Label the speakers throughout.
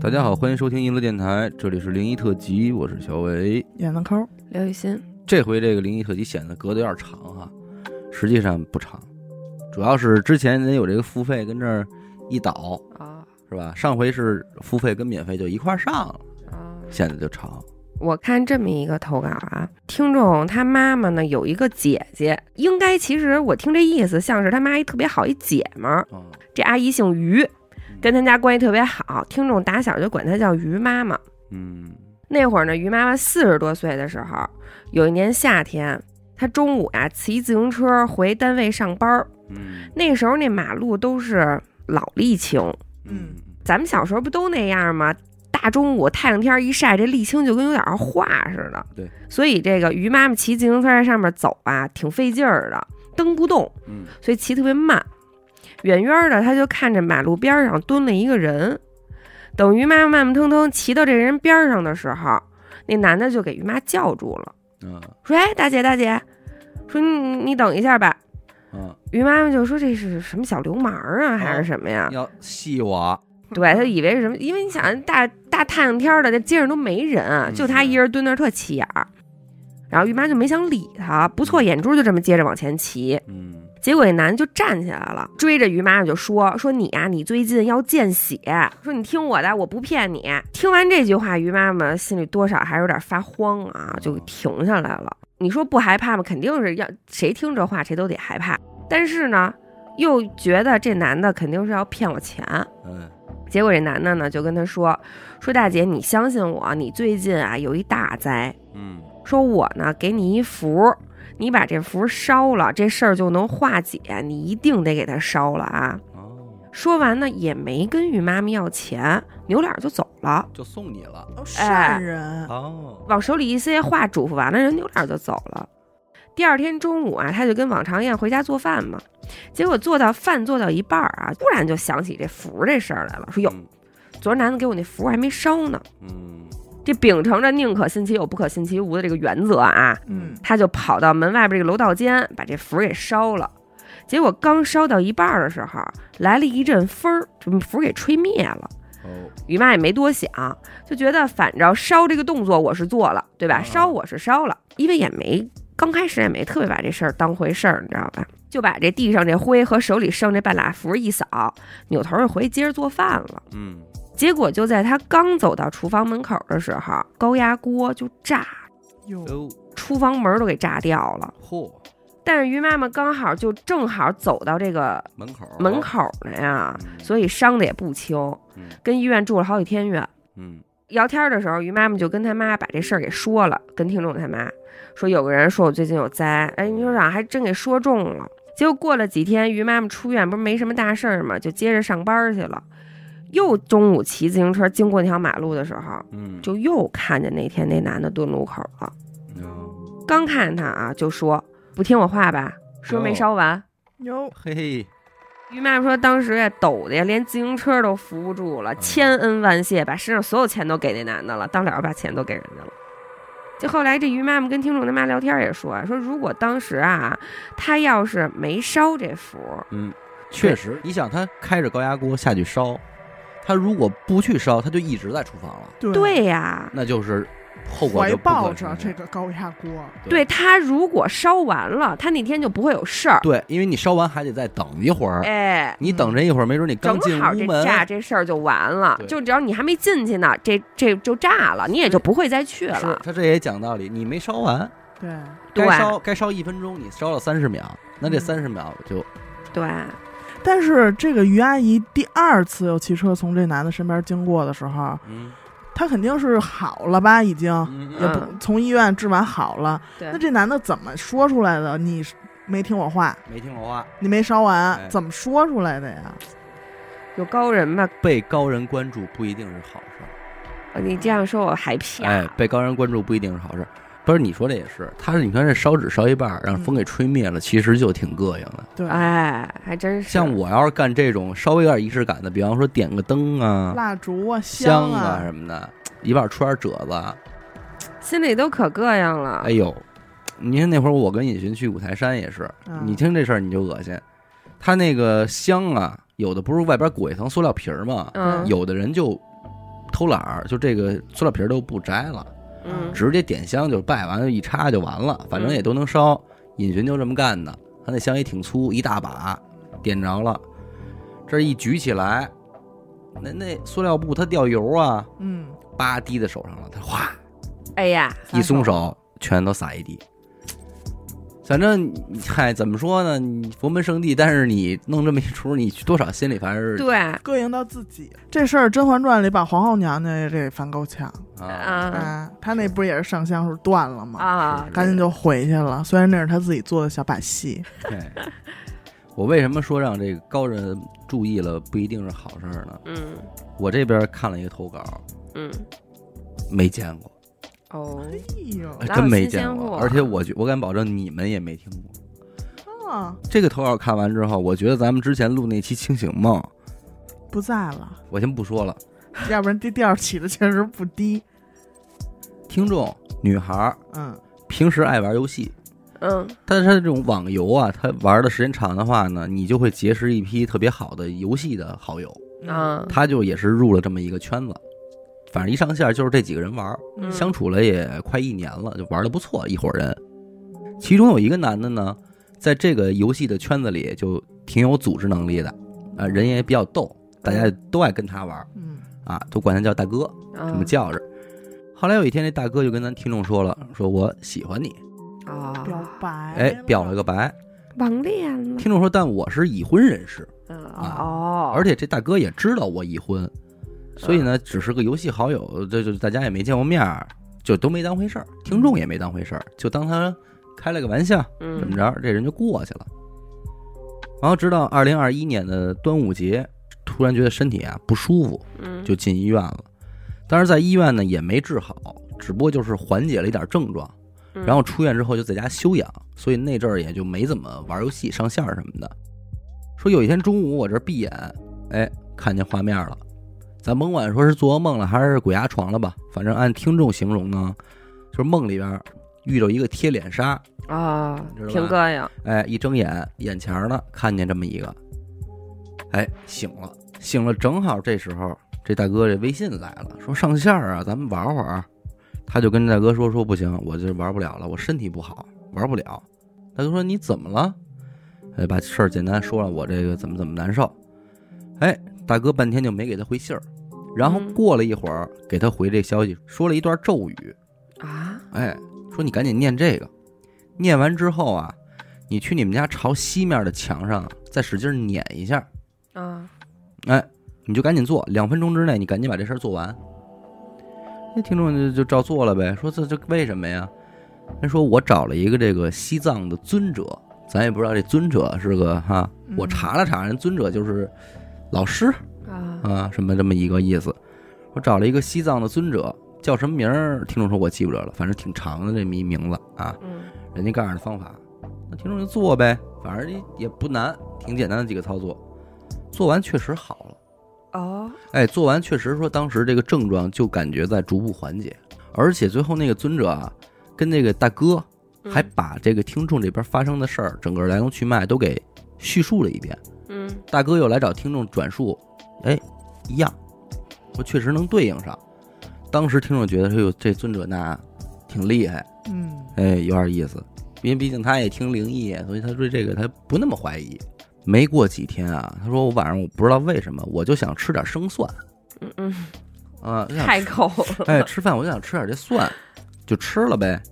Speaker 1: 大家好，欢迎收听娱乐电台，这里是灵异特辑，我是小伟。
Speaker 2: 远子抠，
Speaker 3: 刘雨欣，
Speaker 1: 这回这个灵异特辑显得隔得有点长哈，实际上不长，主要是之前人有这个付费跟这儿一倒
Speaker 3: 啊
Speaker 1: 是吧？上回是付费跟免费就一块儿上了，
Speaker 3: 啊！
Speaker 1: 现在就长。
Speaker 3: 我看这么一个投稿啊，听众他妈妈呢有一个姐姐，应该其实我听这意思像是他妈一特别好一姐们儿，
Speaker 1: 嗯
Speaker 3: 这阿姨姓于，跟他家关系特别好，听众打小就管她叫于妈妈。
Speaker 1: 嗯
Speaker 3: 那会儿呢，于妈妈四十多岁的时候，有一年夏天，她中午啊骑自行车回单位上班儿，
Speaker 1: 嗯
Speaker 3: 那时候那马路都是老沥青，
Speaker 1: 嗯
Speaker 3: 咱们小时候不都那样吗？大中午太阳天一晒，这沥青就跟有点化似的。
Speaker 1: 对，
Speaker 3: 所以这个于妈妈骑自行车在上面走啊，挺费劲儿的，蹬不动，
Speaker 1: 嗯
Speaker 3: 所以骑特别慢。远远的，她就看着马路边上蹲了一个人。等于妈妈慢慢腾腾骑到这人边上的时候，那男的就给于妈叫住了，
Speaker 1: 嗯
Speaker 3: 说：“哎，大姐，大姐，说你你等一下吧。
Speaker 1: 嗯，”
Speaker 3: 于妈妈就说：“这是什么小流氓啊，还是什么呀？”
Speaker 1: 要戏我，
Speaker 3: 对他以为是什么，因为你想大大太阳天儿的，这街上都没人，啊就他一人蹲那儿特起眼儿。然后于妈就没想理他，不错眼珠就这么接着往前骑。
Speaker 1: 嗯
Speaker 3: 结果那男的就站起来了，追着于妈就说：“说你呀、你最近要见血，说你听我的，我不骗你。”听完这句话，于妈妈心里多少还有点发慌啊，就停下来了。你说不害怕吗？肯定是要谁听这话谁都得害怕，但是呢，又觉得这男的肯定是要骗我钱。
Speaker 1: 嗯
Speaker 3: 结果这男的呢就跟他说：“说大姐，你相信我，你最近啊有一大灾，
Speaker 1: 嗯
Speaker 3: 说我呢给你一符，你把这符烧了，这事儿就能化解。你一定得给他烧了啊！”
Speaker 1: 哦，
Speaker 3: 说完呢也没跟于妈咪要钱，扭脸就走了，哎
Speaker 1: 就送你了
Speaker 2: 哦，善人，
Speaker 1: 哦，
Speaker 3: 往手里一塞，话嘱咐完了，人扭脸就走了。第二天中午啊，他就跟往常一样回家做饭嘛，结果做到饭做到一半儿啊，突然就想起这符这事儿来
Speaker 2: 嗯
Speaker 3: 了，说哟，昨儿男的给我那符还没烧呢。
Speaker 1: 嗯
Speaker 3: 这秉承着宁可信其有不可信其无的这个原则啊，
Speaker 2: 嗯，
Speaker 3: 他就跑到门外边这个楼道间，把这符儿给烧了。结果刚烧到一半儿的时候，来了一阵风儿，这符儿给吹灭了。
Speaker 1: 哦，
Speaker 3: 于妈也没多想，就觉得反正烧这个动作我是做了，对吧
Speaker 1: 啊？
Speaker 3: 烧我是烧了，因为也没刚开始也没特别把这事儿当回事儿，你知道吧？就把这地上这灰和手里剩这半拉符儿一扫，扭头就回去接着做饭了。
Speaker 1: 嗯
Speaker 3: 结果就在他刚走到厨房门口的时候，高压锅就炸了，
Speaker 2: 哟，
Speaker 1: 哦，
Speaker 3: 厨房门都给炸掉了。
Speaker 1: 嚯，
Speaker 3: 但是于妈妈刚好就正好走到这个
Speaker 1: 门口儿
Speaker 3: 门，口呢呀，
Speaker 1: 嗯
Speaker 3: 所以伤的也不轻
Speaker 1: 嗯，
Speaker 3: 跟医院住了好几天院。
Speaker 1: 嗯
Speaker 3: 聊天的时候，于妈妈就跟他妈把这事儿给说了，跟听众他妈说有个人说我最近有灾，哎，你说长还真给说中了。结果过了几天，于妈妈出院不是没什么大事儿嘛，就接着上班去了。又中午骑自行车经过那条马路的时候，
Speaker 1: 嗯，
Speaker 3: 就又看见那天那男的蹲路口了。
Speaker 1: 哦
Speaker 3: 刚看他啊，就说不听我话吧，说没烧完。
Speaker 2: 哟，
Speaker 1: 嘿嘿，
Speaker 3: 于妈说当时呀抖的呀，连自行车都扶不住了，千恩万谢，把身上所有钱都给那男的了，当了把钱都给人家了。就后来这于妈妈跟听众他妈聊天也说啊，说如果当时啊，他要是没烧这符，
Speaker 1: 嗯，确实，你想他开着高压锅下去烧，他如果不去烧，他就一直在厨房了，
Speaker 2: 对，
Speaker 3: 对呀、
Speaker 1: 那就是后果
Speaker 2: 怀
Speaker 1: 就不可
Speaker 2: 抱着
Speaker 1: 承
Speaker 2: 这
Speaker 1: 受。
Speaker 2: 个高压锅，
Speaker 3: 对他如果烧完了，他那天就不会有事儿。
Speaker 1: 对，因为你烧完还得再等一会儿，
Speaker 3: 哎，
Speaker 1: 你等这一会儿，没准你刚
Speaker 3: 正
Speaker 1: 进
Speaker 3: 好
Speaker 1: 屋
Speaker 3: 这
Speaker 2: 嗯
Speaker 1: 门，
Speaker 3: 炸这事儿就完了
Speaker 1: 对，
Speaker 3: 就只要你还没进去呢，这这就炸了，你也就不会再去
Speaker 1: 是
Speaker 3: 了。
Speaker 1: 他这也讲道理，你没烧完，
Speaker 2: 对，
Speaker 3: 对
Speaker 1: 该烧该烧一分钟，你烧了三十秒，那这
Speaker 2: 嗯
Speaker 1: 三十秒就
Speaker 3: 对，
Speaker 2: 但是这个于阿姨第二次又骑车从这男的身边经过的时候，
Speaker 1: 嗯
Speaker 2: 她肯定是好了吧，已经
Speaker 3: 哦
Speaker 1: 嗯
Speaker 2: 也不从医院治完好了。
Speaker 3: 对
Speaker 2: 那这男的怎么说出来的？你是没听我话，
Speaker 1: 没听我话，
Speaker 2: 你没烧
Speaker 1: 哎
Speaker 2: 完，怎么说出来的呀？
Speaker 3: 有高人吧？
Speaker 1: 被高人关注不一定是好事儿，
Speaker 3: 呃你这样说我还骗。
Speaker 1: 哎，被高人关注不一定是好事儿。不是你说的也是，他是你看这烧纸烧一半儿，让风给吹灭了，其实就挺膈应的。
Speaker 2: 对，
Speaker 3: 哎，还真是。
Speaker 1: 像我要是干这种稍微有点仪式感的，比方说点个灯啊、
Speaker 2: 蜡烛啊，
Speaker 1: 香啊
Speaker 2: 啊，
Speaker 1: 什么的，一半出点褶子，
Speaker 3: 心里都可膈应了。
Speaker 1: 哎呦！你看那会儿我跟尹寻去五台山也是，
Speaker 2: 嗯
Speaker 1: 你听这事儿你就恶心。他那个香啊，有的不是外边裹一层塑料皮儿吗？
Speaker 3: 嗯，
Speaker 1: 有的人就偷懒儿，就这个塑料皮儿都不摘了，
Speaker 3: 嗯
Speaker 1: 直接点香就拜完了，一插就完了，反正
Speaker 3: 嗯
Speaker 1: 也都能烧。尹寻就这么干的，他那香也挺粗，一大把，点着了，这一举起来，那那塑料布它掉油啊，
Speaker 2: 嗯，
Speaker 1: 叭滴在手上了，它哗
Speaker 3: 哎呀，
Speaker 1: 一松手，全都撒一地。反正，嗨，怎么说呢？你佛门圣地，但是你弄这么一出，你多少心里还是
Speaker 3: 对啊
Speaker 2: 膈应到自己。这事儿《甄嬛传》里把皇后娘娘也给烦够呛，
Speaker 1: 啊，
Speaker 3: 啊
Speaker 2: 哎，她那不是也是上香时候断了吗？
Speaker 3: 啊，
Speaker 2: 赶紧就回去了。虽然那是她自己做的小把戏，
Speaker 1: 对，我为什么说让这个高人注意了不一定是好事儿呢？
Speaker 3: 嗯
Speaker 1: 我这边看了一个投稿，
Speaker 3: 嗯
Speaker 1: 没见过，
Speaker 3: 哦，
Speaker 2: 哎呦，
Speaker 1: 哎
Speaker 3: 哪有
Speaker 1: 真没
Speaker 3: 新
Speaker 1: 见
Speaker 3: 鲜货
Speaker 1: 过，
Speaker 3: 啊
Speaker 1: 而且我觉我敢保证你们也没听过。
Speaker 2: 啊，
Speaker 1: 这个投稿看完之后，我觉得咱们之前录那期清醒梦，
Speaker 2: 不在了，
Speaker 1: 我先不说了。
Speaker 2: 要不然这调起的确实不低。
Speaker 1: 听众女孩儿
Speaker 2: 嗯，
Speaker 1: 平时爱玩游戏，
Speaker 3: 嗯
Speaker 1: 但是她这种网游啊，她玩的时间长的话呢，你就会结识一批特别好的游戏的好友。
Speaker 2: 嗯
Speaker 3: 啊，
Speaker 1: 她就也是入了这么一个圈子，反正一上线就是这几个人玩儿，
Speaker 3: 嗯
Speaker 1: 相处了也快一年了，就玩的不错，一伙人。其中有一个男的呢，在这个游戏的圈子里就挺有组织能力的，啊，人也比较逗，大家都爱跟他玩儿
Speaker 2: 嗯
Speaker 1: 啊，都管他叫大哥，这么
Speaker 3: 嗯
Speaker 1: 叫着。后来有一天，这大哥就跟咱听众说了，说我喜欢你，
Speaker 3: 啊，
Speaker 2: 表白，
Speaker 1: 哎，表了个白。
Speaker 3: 网恋了
Speaker 1: 听众说，但我是已婚人士，
Speaker 3: 啊
Speaker 1: 啊
Speaker 3: 哦，
Speaker 1: 而且这大哥也知道我已婚，所以呢，只是个游戏好友，这就大家也没见过面儿，就都没当回事儿，听众也没当回事儿，就当他开了个玩笑，
Speaker 3: 嗯
Speaker 1: 怎么着，这人就过去了。然后直到二零二一年的端午节，突然觉得身体啊不舒服，
Speaker 3: 嗯
Speaker 1: 就进医院了。但是在医院呢也没治好，只不过就是缓解了一点症状。
Speaker 3: 嗯
Speaker 1: 然后出院之后就在家休养，所以那阵儿也就没怎么玩游戏、上线儿什么的。说有一天中午我这闭眼，哎，看见画面了，咱甭管说是做噩梦了还是鬼压床了吧，反正按听众形容呢，就是梦里边儿遇到一个贴脸杀，
Speaker 3: 啊
Speaker 1: 知道，吧
Speaker 3: 挺膈应，
Speaker 1: 哎，一睁眼眼前儿呢看见这么一个，哎，醒了，醒了，正好这时候这大哥这微信来了，说上线儿啊，咱们玩会儿。他就跟大哥说说不行，我这玩不了了，我身体不好，玩不了。大哥说你怎么了？哎，把事儿简单说了，我这个怎么怎么难受。哎，大哥半天就没给他回信儿，然后
Speaker 3: 嗯
Speaker 1: 过了一会儿给他回这消息，说了一段咒语，
Speaker 3: 啊，
Speaker 1: 哎，说你赶紧念这个，念完之后啊，你去你们家朝西面的墙上再使劲碾一下，
Speaker 3: 啊，
Speaker 1: 哎，你就赶紧做，两分钟之内你赶紧把这事儿做完。那听众就就照做了呗，说这这为什么呀？人说我找了一个这个西藏的尊者，咱也不知道这尊者是个哈，我
Speaker 2: 嗯
Speaker 1: 查了查，人尊者就是老师
Speaker 3: 啊
Speaker 1: 啊，什么这么一个意思。我找了一个西藏的尊者，叫什么名儿？听众说我记不着了，反正挺长的这么一名字啊。
Speaker 3: 嗯
Speaker 1: 人家告诉的方法，那听众就做呗，反正也不难，挺简单的几个操作。做完确实好了，
Speaker 3: 哦
Speaker 1: 哎，做完确实说当时这个症状就感觉在逐步缓解，而且最后那个尊者啊，跟那个大哥
Speaker 3: 嗯
Speaker 1: 还把这个听众这边发生的事儿，整个来龙去脉都给叙述了一遍。
Speaker 3: 嗯
Speaker 1: 大哥又来找听众转述，哎，一样，说确实能对应上。当时听众觉得，哎呦，这尊者那挺厉害，
Speaker 2: 嗯
Speaker 1: 哎，有点意思，因为毕竟他也听灵异，所以他对这个他不那么怀疑。没过几天啊，他说我晚上我不知道为什么，我就想吃点生蒜
Speaker 3: 嗯嗯，
Speaker 1: 啊，就想
Speaker 3: 太
Speaker 1: 吃
Speaker 3: 抠了，
Speaker 1: 哎吃饭我就想吃点这蒜，就吃了呗。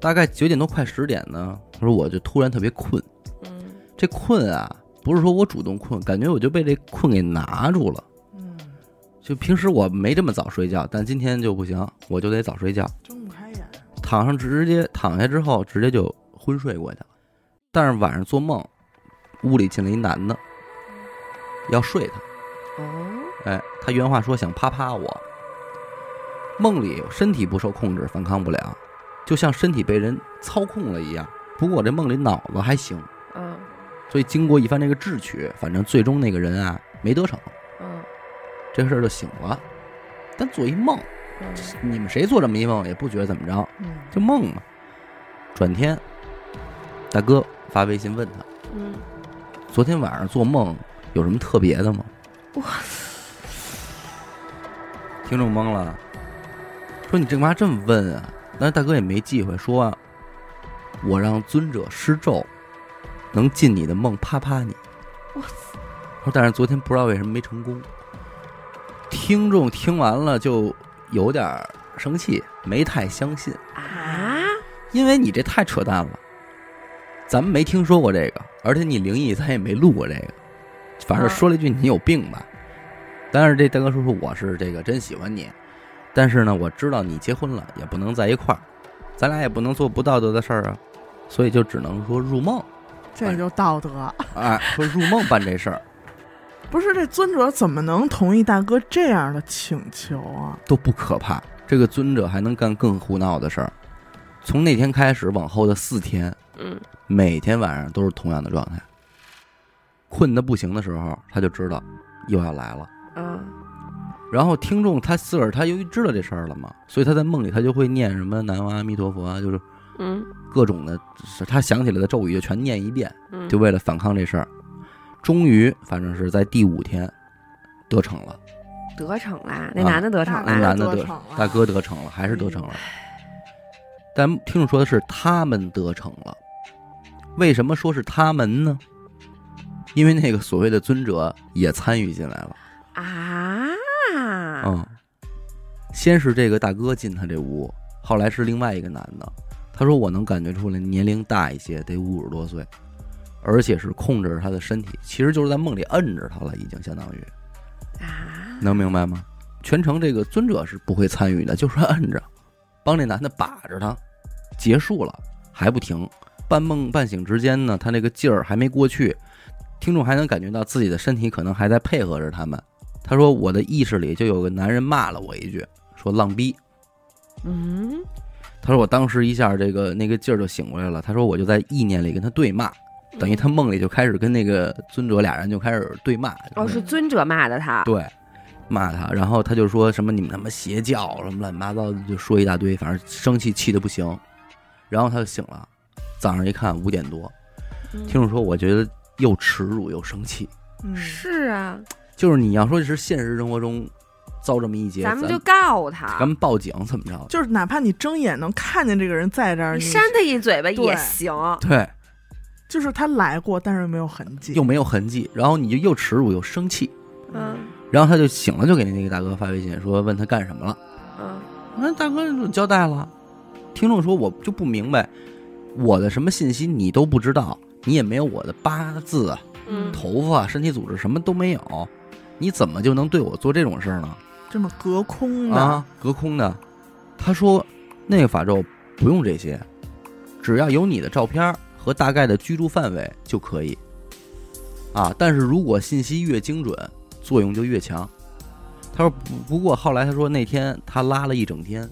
Speaker 1: 大概九点多快十点呢，他说我就突然特别困，
Speaker 3: 嗯
Speaker 1: 这困啊不是说我主动困，感觉我就被这困给拿住了。
Speaker 2: 嗯，
Speaker 1: 就平时我没这么早睡觉，但今天就不行，我就得早睡觉。
Speaker 2: 睁不开眼，
Speaker 1: 躺上直接躺下之后，直接就昏睡过去了。但是晚上做梦，屋里进来一男的，要睡他。
Speaker 3: 哦
Speaker 1: 哎，他原话说想啪啪我。梦里身体不受控制，反抗不了，就像身体被人操控了一样。不过我这梦里脑子还行，
Speaker 3: 嗯
Speaker 1: 所以经过一番这个智取，反正最终那个人啊没得逞，
Speaker 3: 嗯
Speaker 1: 这事儿就醒了。但做一梦，
Speaker 3: 嗯
Speaker 1: 你们谁做这么一梦也不觉得怎么着，
Speaker 2: 嗯，
Speaker 1: 就梦嘛。转天，大哥发微信问他
Speaker 3: 嗯，：“
Speaker 1: 昨天晚上做梦有什么特别的吗？”
Speaker 3: 哇！
Speaker 1: 听众懵了，说你这干嘛这么问啊？但是大哥也没忌讳，说啊我让尊者施咒，能进你的梦，啪啪你。
Speaker 3: 哇
Speaker 1: 说但是昨天不知道为什么没成功。听众听完了就有点儿生气，没太相信，
Speaker 3: 啊，
Speaker 1: 因为你这太扯淡了，咱们没听说过这个，而且你灵异咱也没录过这个，反正
Speaker 3: 啊
Speaker 1: 说了一句你有病吧。但是这大哥叔叔，我是这个真喜欢你，但是呢，我知道你结婚了，也不能在一块儿，咱俩也不能做不道德的事儿啊，所以就只能说入梦，
Speaker 2: 这就道德。啊
Speaker 1: 哎， 说入梦办这事儿
Speaker 2: 不是这尊者怎么能同意大哥这样的请求啊？
Speaker 1: 都不可怕，这个尊者还能干更胡闹的事儿。从那天开始，往后的四天，
Speaker 3: 嗯，
Speaker 1: 每天晚上都是同样的状态。困得不行的时候，他就知道又要来了。
Speaker 3: 嗯，
Speaker 1: 然后听众他自个儿他由于知道这事儿了嘛，所以他在梦里他就会念什么南无阿弥陀佛啊，就是
Speaker 3: 嗯，
Speaker 1: 各种的，他想起来的咒语就全念一遍，
Speaker 3: 嗯，
Speaker 1: 就为了反抗这事儿。终于，反正是在第五天得逞了，
Speaker 3: 得逞啦，那
Speaker 1: 啊
Speaker 3: 男的得逞
Speaker 1: 那
Speaker 2: 当
Speaker 3: 啦，
Speaker 1: 男
Speaker 2: 然
Speaker 1: 的
Speaker 2: 得
Speaker 1: 得
Speaker 2: 逞了嗯
Speaker 1: 大哥得逞了，还是得逞了。但听众说的是他们得逞了，为什么说是他们呢？因为那个所谓的尊者也参与进来了。
Speaker 3: 啊，
Speaker 1: 嗯，先是这个大哥进他这屋，后来是另外一个男的，他说我能感觉出来年龄大一些，得五十多岁，而且是控制着他的身体，其实就是在梦里摁着他了，已经相当于
Speaker 3: 啊，
Speaker 1: 能明白吗？全程这个尊者是不会参与的，就是摁着，帮这男的把着他，结束了还不停，半梦半醒之间呢，他那个劲儿还没过去，听众还能感觉到自己的身体可能还在配合着他们。他说：“我的意识里就有个男人骂了我一句，说浪逼。
Speaker 3: 嗯，”
Speaker 1: 他说我当时一下这个那个劲儿就醒过来了。他说我就在意念里跟他对骂，等于他梦里就开始跟那个尊者俩人就开始对骂。
Speaker 3: 哦，是尊者骂的他，
Speaker 1: 对，骂他，然后他就说什么你们他妈邪教什么乱七八糟的，就说一大堆，反正生气气的不行。然后他就醒了，早上一看五点多，
Speaker 3: 嗯
Speaker 1: 听众说我觉得又耻辱又生气，
Speaker 2: 嗯，
Speaker 3: 是啊，
Speaker 1: 就是你要说是现实生活中遭这么一劫，
Speaker 3: 咱
Speaker 1: 咱
Speaker 3: 们就告他
Speaker 1: 咱，们报警怎么着？
Speaker 2: 就是哪怕你睁眼能看见这个人在这儿，
Speaker 3: 你
Speaker 2: 你
Speaker 3: 扇他一嘴巴
Speaker 2: 对
Speaker 3: 也行，
Speaker 1: 对，
Speaker 2: 就是他来过，但是没有痕迹。
Speaker 1: 又没有痕迹，然后你就又耻辱又生气，
Speaker 3: 嗯
Speaker 1: 然后他就醒了，就给那个大哥发微信说问他干什么了。
Speaker 3: 嗯
Speaker 1: 那大哥就交代了，听众说我就不明白，我的什么信息你都不知道，你也没有我的八字、啊
Speaker 3: 嗯，
Speaker 1: 头发、啊身体组织什么都没有，你怎么就能对我做这种事儿呢？
Speaker 2: 这么隔空的，
Speaker 1: 啊，隔空的。他说那个法咒不用这些，只要有你的照片儿和大概的居住范围就可以。啊，但是如果信息越精准，作用就越强。他说不，不过后来他说那天他拉了一整天，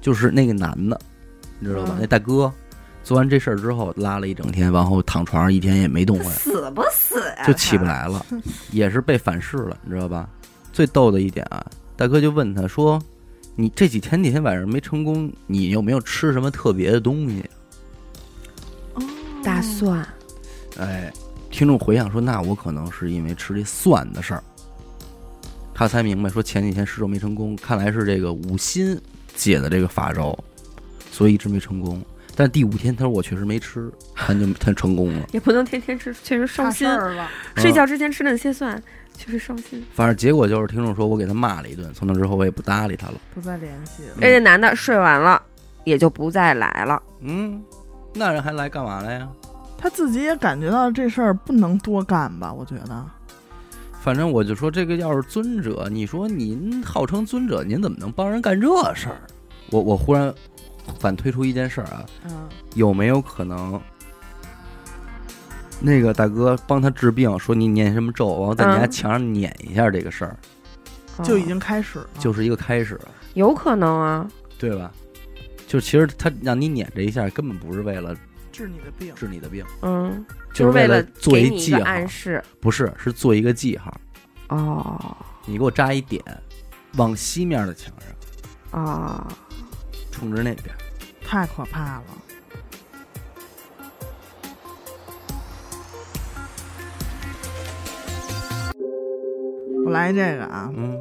Speaker 1: 就是那个男的，你知道吧？
Speaker 2: 嗯
Speaker 1: 那大哥做完这事儿之后拉了一整天，然后躺床上一天也没动
Speaker 3: 他
Speaker 1: 回来。
Speaker 3: 死不死呀？
Speaker 1: 就起不
Speaker 3: 他，
Speaker 1: 来 了，也是被反噬了，你知道吧？最逗的一点啊，大哥就问他说：“你这几天那天晚上没成功，你有没有吃什么特别的东西
Speaker 2: 哦
Speaker 3: 大蒜，？”
Speaker 1: 哎，听众回想说：“那我可能是因为吃这蒜的事儿。”他才明白说前几天施咒没成功，看来是这个五心解的这个法咒，所以一直没成功。但第五天他说我确实没吃，他就他成功了。
Speaker 3: 也不能天天吃，确实
Speaker 2: 差
Speaker 3: 伤
Speaker 2: 事
Speaker 3: 心。
Speaker 2: 儿了，
Speaker 3: 睡觉之前吃那些蒜，确实伤心。
Speaker 1: 反正结果就是听众说我给他骂了一顿，从那之后我也不搭理他了。
Speaker 2: 不再联系了。
Speaker 1: 嗯
Speaker 3: 而且哎男的睡完了，也就不再来了。
Speaker 1: 嗯，那人还来干嘛来呀？
Speaker 2: 他自己也感觉到这事儿不能多干吧？我觉得，
Speaker 1: 反正我就说，这个要是尊者，你说您号称尊者，您怎么能帮人干这事儿？我我忽然反推出一件事儿啊，
Speaker 2: 嗯，
Speaker 1: 有没有可能，那个大哥帮他治病，说你念什么咒，然后在你家
Speaker 3: 嗯
Speaker 1: 墙上撵一下这个事儿，
Speaker 3: 啊
Speaker 1: 嗯
Speaker 2: 就已
Speaker 3: 哦
Speaker 2: 经开始了，
Speaker 1: 就是一个开始，
Speaker 3: 有可能啊，
Speaker 1: 对吧？就其实他让你撵这一下，根本不是为了
Speaker 2: 治你的病。
Speaker 1: 治你的病，
Speaker 3: 嗯，
Speaker 1: 就是是
Speaker 3: 为
Speaker 1: 了做
Speaker 3: 给
Speaker 1: 一
Speaker 3: 你一
Speaker 1: 记
Speaker 3: 个
Speaker 1: 号，
Speaker 3: 暗示
Speaker 1: 不是，是做一个记号。
Speaker 3: 哦
Speaker 1: 你给我扎一点，往西面的墙上，
Speaker 3: 哦，
Speaker 1: 冲着那边。
Speaker 2: 太可怕了。我来这个啊，啊
Speaker 1: 嗯，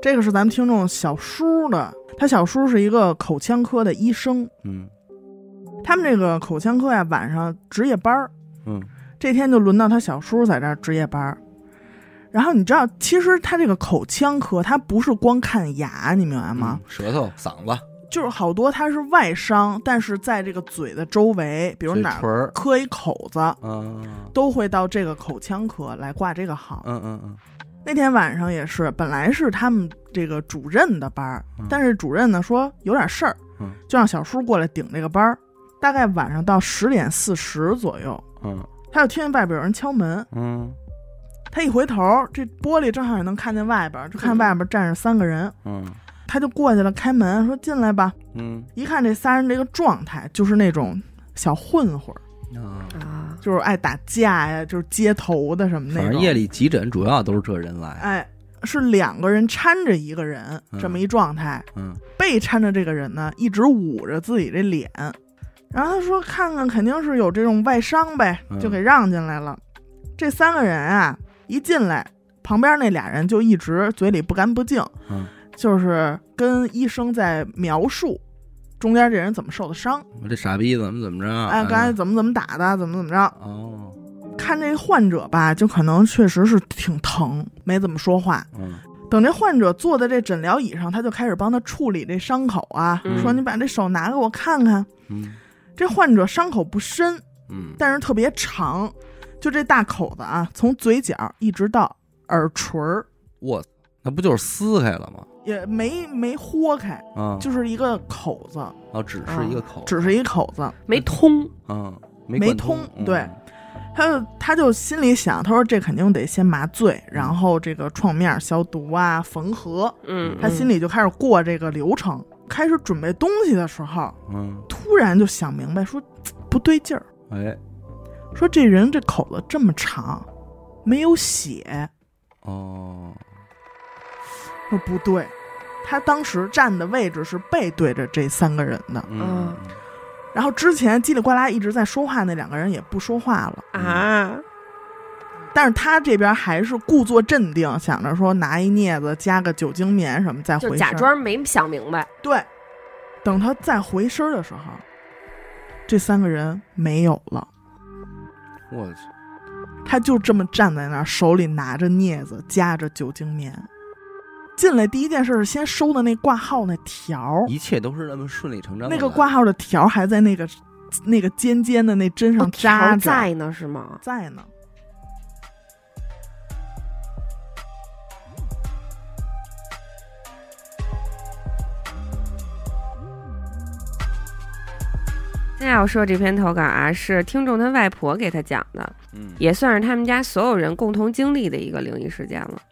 Speaker 2: 这个是咱们听众小叔的，他小叔是一个口腔科的医生，
Speaker 1: 嗯
Speaker 2: 他们这个口腔科呀晚上值夜班儿，
Speaker 1: 嗯
Speaker 2: 这天就轮到他小叔在这儿值夜班儿。然后你知道，其实他这个口腔科，他不是光看牙，你明白吗？
Speaker 1: 嗯舌头、嗓子、
Speaker 2: 就是好多它是外伤，但是在这个嘴的周围，比如
Speaker 1: 嘴
Speaker 2: 哪
Speaker 1: 唇
Speaker 2: 儿
Speaker 1: 儿，
Speaker 2: 磕一口子，
Speaker 1: 嗯
Speaker 2: 都会到这个口腔科来挂这个号。
Speaker 1: 嗯嗯
Speaker 2: 那天晚上也是，本来是他们这个主任的班儿，
Speaker 1: 嗯
Speaker 2: 但是主任呢说有点事儿
Speaker 1: 嗯，
Speaker 2: 就让小叔过来顶这个班儿。大概晚上到十点四十左右，
Speaker 1: 嗯
Speaker 2: 他就听见外边有人敲门，
Speaker 1: 嗯
Speaker 2: 他一回头，这玻璃正好也能看见外边儿，就看外边站着三个人，
Speaker 1: 嗯
Speaker 2: 他就过去了，开门说进来吧。
Speaker 1: 嗯
Speaker 2: 一看这仨人这个状态，就是那种小混混儿，
Speaker 1: 嗯啊，
Speaker 3: 啊，
Speaker 2: 就是爱打架呀，就是街头的什么那
Speaker 1: 反正
Speaker 2: 种。
Speaker 1: 夜里急诊主要都是这人来，
Speaker 2: 哎，是两个人搀着一个人
Speaker 1: 嗯
Speaker 2: 这么一状态，
Speaker 1: 嗯
Speaker 2: 被搀着这个人呢，一直捂着自己这脸。然后他说：“看看，肯定是有这种外伤呗，
Speaker 1: 嗯
Speaker 2: 就给让进来了。这三个人啊，一进来，旁边那俩人就一直嘴里不干不净，
Speaker 1: 嗯
Speaker 2: 就是跟医生在描述中间这人怎么受的伤。
Speaker 1: 我这傻逼怎么怎么着啊？
Speaker 2: 哎，刚才怎么怎么打的，怎么怎么着？
Speaker 1: 哦，
Speaker 2: 看这患者吧，就可能确实是挺疼，没怎么说话。
Speaker 1: 嗯
Speaker 2: 等这患者坐在这诊疗椅上，他就开始帮他处理这伤口啊，
Speaker 3: 嗯
Speaker 2: 说你把这手拿给我看看。
Speaker 1: 嗯
Speaker 2: 这患者伤口不深，
Speaker 1: 嗯，
Speaker 2: 但是特别长，就这大口子啊，从嘴角一直到耳垂儿，
Speaker 1: 我那不就是撕开了吗？
Speaker 2: 也没没豁开，
Speaker 1: 啊，
Speaker 2: 就是一个口子，
Speaker 1: 哦，只是一个口，
Speaker 2: 只是一口子。
Speaker 3: 没通，
Speaker 1: 嗯，没
Speaker 2: 没
Speaker 1: 贯
Speaker 2: 通
Speaker 1: 嗯
Speaker 2: 对他就他就心里想，他说这肯定得先麻醉，然后这个创面消毒啊，缝合。
Speaker 3: 嗯，
Speaker 2: 他心
Speaker 3: 里
Speaker 2: 里就开始过这个流程，开始准备东西的时候，
Speaker 1: 嗯，
Speaker 2: 突然就想明白说嘖不对劲儿，
Speaker 1: 哎，
Speaker 2: 说这人这口子这么长，没有血，
Speaker 1: 哦，
Speaker 2: 说不对。他当时站的位置是背对着这三个人的，
Speaker 1: 嗯
Speaker 3: 啊，
Speaker 2: 然后之前叽里呱啦一直在说话那两个人也不说话了，
Speaker 3: 啊，
Speaker 2: 但是他这边还是故作镇定，想着说拿一镊子加个酒精棉什么再回
Speaker 3: 就
Speaker 2: 身，
Speaker 3: 假装没想明白，
Speaker 2: 对。等他再回身儿的时候，这三个人没有了。
Speaker 1: 我去，
Speaker 2: 他就这么站在那儿，手里拿着镊子，夹着酒精棉。进来第一件事是先收的那挂号那条儿，
Speaker 1: 一切都是那么顺理成章的
Speaker 2: 那
Speaker 1: 来。
Speaker 2: 个挂号的条儿还在那个那个尖尖的那针上扎
Speaker 3: 哦条
Speaker 2: 着，
Speaker 3: 在呢是吗？
Speaker 2: 在呢。
Speaker 3: 现在要说这篇投稿啊，是听众他外婆给他讲的，
Speaker 1: 嗯，
Speaker 3: 也算是他们家所有人共同经历的一个灵异事件了。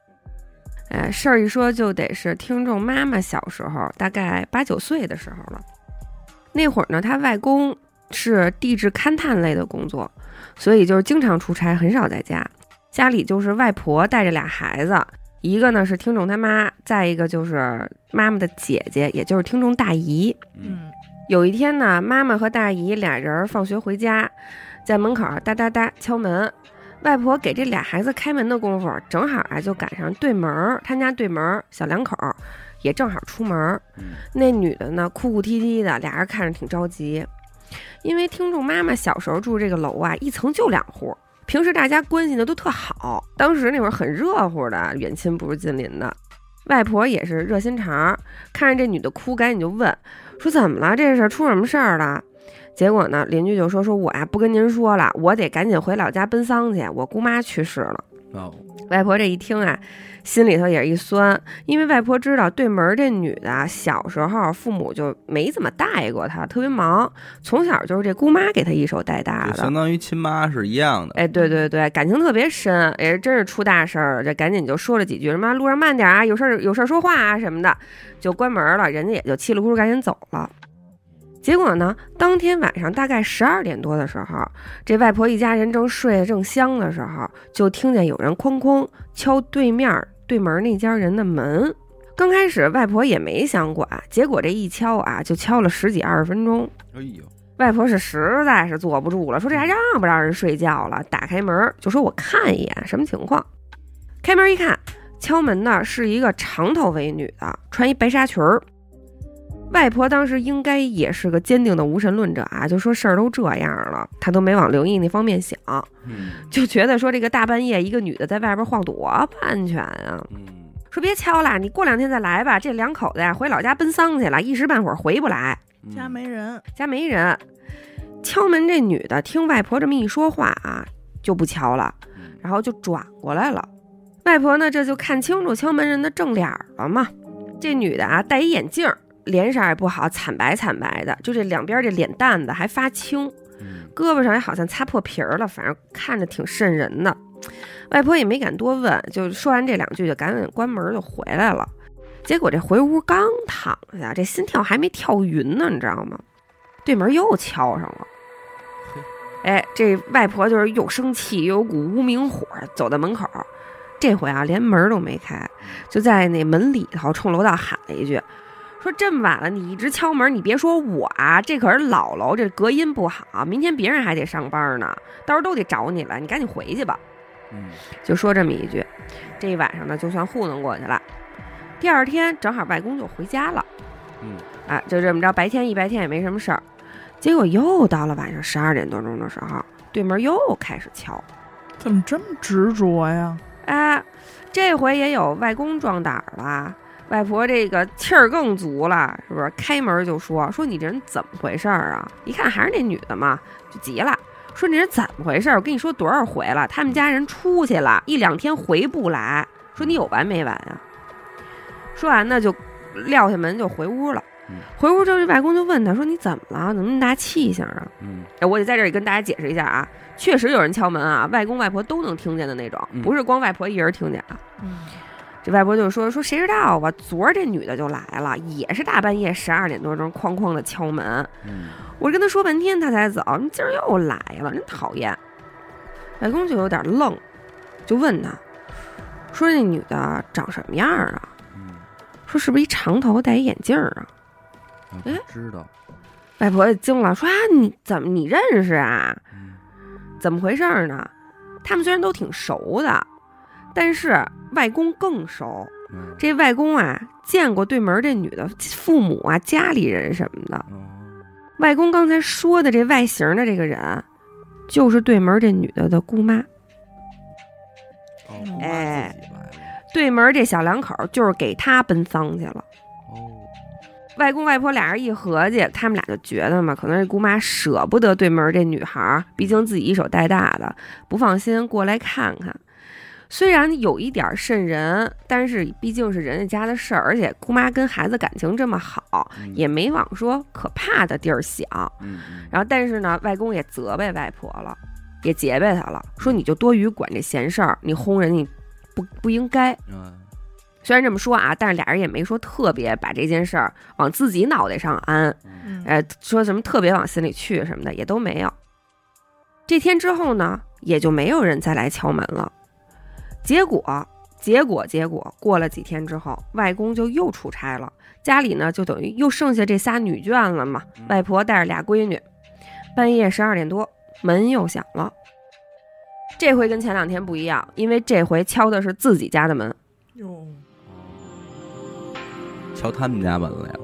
Speaker 3: 哎，事儿一说就得是听众妈妈小时候，大概八九岁的时候了。那会儿呢，她外公是地质勘探类的工作，所以就是经常出差，很少在家。家里就是外婆带着俩孩子，一个呢是听众他妈，再一个就是妈妈的姐姐，也就是听众大姨。
Speaker 1: 嗯，
Speaker 3: 有一天呢，妈妈和大姨俩人放学回家，在门口哒哒哒敲门。外婆给这俩孩子开门的功夫，正好啊就赶上对门儿，他们家对门儿小两口儿也正好出门儿。
Speaker 1: 嗯
Speaker 3: 那女的呢哭哭啼啼的，俩人看着挺着急，因为听众妈妈小时候住这个楼啊，一层就两户。平时大家关系呢都特好，当时那会儿很热乎的，远亲不是近邻的。外婆也是热心肠儿，看着这女的哭，赶紧就问说怎么了？这是出什么事儿了？结果呢，邻居就说说我呀、不跟您说了，我得赶紧回老家奔丧去，我姑妈去世了。
Speaker 1: 哦，
Speaker 3: 外婆这一听啊，心里头也是一酸，因为外婆知道对门儿这女的啊小时候父母就没怎么带过她，特别忙，从小就是这姑妈给她一手带大
Speaker 1: 就
Speaker 3: 的
Speaker 1: 相。当于亲妈是一样的。嗯
Speaker 3: 哎，对对对，感情特别深，也是真是出大事儿了，这赶紧就说了几句什么路上慢点啊，有事儿有事儿说话啊什么的，就关门了，人家也就气里呼噜赶紧走了。结果呢，当天晚上大概十二点多的时候，这外婆一家人正睡得正香的时候，就听见有人哐哐敲对面儿对门儿那家人的门。刚开始外婆也没想管，结果这一敲啊，就敲了十几二十分钟。
Speaker 1: 哎呦，
Speaker 3: 外婆是实在是坐不住了，说这还让不让人睡觉了？打开门就说我看一眼什么情况。开门一看，敲门的是一个长头发一女的，穿一白纱裙儿。外婆当时应该也是个坚定的无神论者啊，就说事儿都这样了，她都没往灵异那方面想，
Speaker 1: 嗯
Speaker 3: 就觉得说这个大半夜一个女的在外边晃多不安全啊。
Speaker 1: 嗯
Speaker 3: 说别敲了，你过两天再来吧。这两口子呀回老家奔丧去了，一时半会儿回不来，
Speaker 1: 嗯
Speaker 2: 家没人，
Speaker 3: 家没人。敲门这女的听外婆这么一说话啊，就不敲了，
Speaker 1: 嗯
Speaker 3: 然后就转过来了。外婆呢这就看清楚敲门人的正脸儿了嘛。这女的啊戴一眼镜儿，脸色也不好，惨白惨白的，就这两边这脸蛋子还发青，
Speaker 1: 嗯
Speaker 3: 胳膊上也好像擦破皮儿了，反正看着挺瘆人的。外婆也没敢多问，就说完这两句就赶紧关门就回来了。结果这回屋刚躺下，这心跳还没跳匀呢，你知道吗？对门又敲上了
Speaker 1: 嘿。
Speaker 3: 哎，这外婆就是又生气又有股无名火，走到门口，这回啊连门都没开，就在那门里头冲楼道喊了一句：“说这么晚了，你一直敲门，你别说我啊，这可是老楼，这隔音不好，明天别人还得上班呢，到时候都得找你了，你赶紧回去吧。
Speaker 1: 嗯”
Speaker 3: 就说这么一句，这一晚上呢，就算糊弄过去了。第二天正好外公就回家了，
Speaker 1: 嗯，
Speaker 3: 啊，就这么着，白天一白天也没什么事儿。结果又到了晚上十二点多钟的时候，对门又开始敲，
Speaker 2: 怎么这么执着呀？
Speaker 3: 哎，这回也有外公壮胆儿了，外婆这个气儿更足了，是不是？开门就说说你这人怎么回事儿啊？一看还是那女的嘛，就急了，说你这怎么回事儿？我跟你说多少回了，他们家人出去了一两天回不来，说你有完没完啊？说完呢就撂下门就回屋了
Speaker 1: 嗯。
Speaker 3: 回屋之后，这外公就问他说：“你怎么了？怎么那么大气性啊
Speaker 1: 嗯？”
Speaker 3: 哎，我得在这里跟大家解释一下啊，确实有人敲门啊，外公外婆都能听见的那种，
Speaker 1: 嗯
Speaker 3: 不是光外婆一人听见啊。
Speaker 2: 嗯，
Speaker 3: 这外婆就说说谁知道啊，昨儿这女的就来了，也是大半夜十二点多钟，哐哐的敲门。
Speaker 1: 嗯
Speaker 3: 我跟她说半天，她才走，你今儿又来了，真讨厌。外公就有点愣，就问她，说那女的长什么样啊？
Speaker 1: 嗯，
Speaker 3: 说是不是一长头戴一眼镜儿啊？
Speaker 1: 我
Speaker 3: 哎
Speaker 1: 知道，
Speaker 3: 外婆就惊了，说啊你怎么你认识啊？
Speaker 1: 嗯
Speaker 3: 怎么回事儿呢？他们虽然都挺熟的，但是外公更熟。
Speaker 1: 嗯
Speaker 3: 这外公啊，见过对门儿这女的父母啊、家里人什么的。
Speaker 1: 哦，
Speaker 3: 外公刚才说的这外形的这个人，就是对门儿这女的的姑妈。
Speaker 1: 哦我妈
Speaker 3: 哎
Speaker 1: 自己来了，
Speaker 3: 对门儿这小两口儿就是给他奔丧去了。
Speaker 1: 哦，
Speaker 3: 外公外婆俩人一合计，他们俩就觉得嘛，可能这姑妈舍不得对门儿这女孩儿，毕竟自己一手带大的，不放心过来看看。虽然有一点儿瘆人，但是毕竟是人家家的事儿，而且姑妈跟孩子感情这么好，
Speaker 1: 嗯
Speaker 3: 也没往说可怕的地儿想。
Speaker 1: 嗯嗯，
Speaker 3: 然后，但是呢，外公也责备外婆了，也责备她了，说你就多余管这闲事儿，你轰人你不不应该。
Speaker 1: 嗯
Speaker 3: 虽然这么说啊，但是俩人也没说特别把这件事儿往自己脑袋上安，
Speaker 1: 嗯
Speaker 2: 嗯
Speaker 3: 哎，说什么特别往心里去什么的也都没有。这天之后呢，也就没有人再来敲门了。结果，结果，结果，过了几天之后，外公就又出差了，家里呢就等于又剩下这仨女眷了嘛。
Speaker 1: 嗯
Speaker 3: 外婆带着俩闺女，半夜十二点多，门又响了。这回跟前两天不一样，因为这回敲的是自己家的门。
Speaker 2: 哟，
Speaker 1: 哦瞧他们家门来了，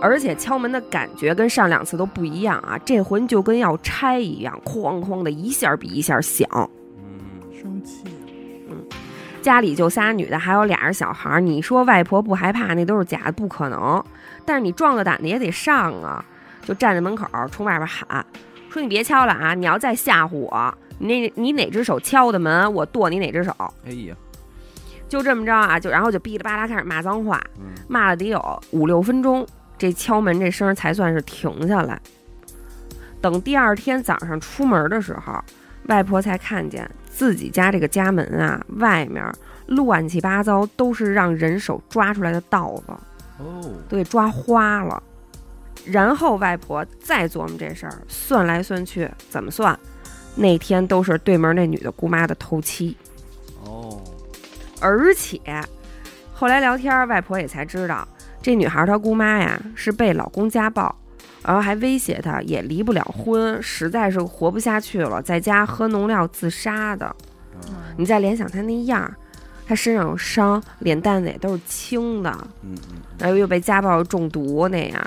Speaker 3: 而且敲门的感觉跟上两次都不一样啊，这回就跟要拆一样，哐哐的一下比一下响。
Speaker 1: 嗯
Speaker 2: 生气，
Speaker 3: 家里就仨女的，还有俩人小孩儿，你说外婆不害怕那都是假的，不可能。但是你壮个胆子也得上啊，就站在门口儿冲外边喊，说你别敲了啊，你要再吓唬我，你那你哪只手敲的门，我剁你哪只手。
Speaker 1: 哎呀，
Speaker 3: 就这么着啊，就然后就噼里啪啦开始骂脏话，
Speaker 1: 嗯
Speaker 3: 骂了得有五六分钟，这敲门这声儿才算是停下来。等第二天早上出门的时候，外婆才看见自己家这个家门啊，外面乱七八糟都是让人手抓出来的稻子，
Speaker 1: 哦，
Speaker 3: 都给抓花了。然后外婆再琢磨这事儿，算来算去，怎么算？那天都是对门那女的姑妈的头七。
Speaker 1: 哦，
Speaker 3: 而且后来聊天儿，外婆也才知道，这女孩儿她姑妈呀是被老公家暴，然后还威胁她也离不了婚，实在是活不下去了，在家喝农药自杀的。
Speaker 1: 嗯
Speaker 3: 你再联想她那样儿，他身上有伤，脸蛋子也都是青的，
Speaker 1: 嗯嗯，
Speaker 3: 然后又被家暴中毒那样。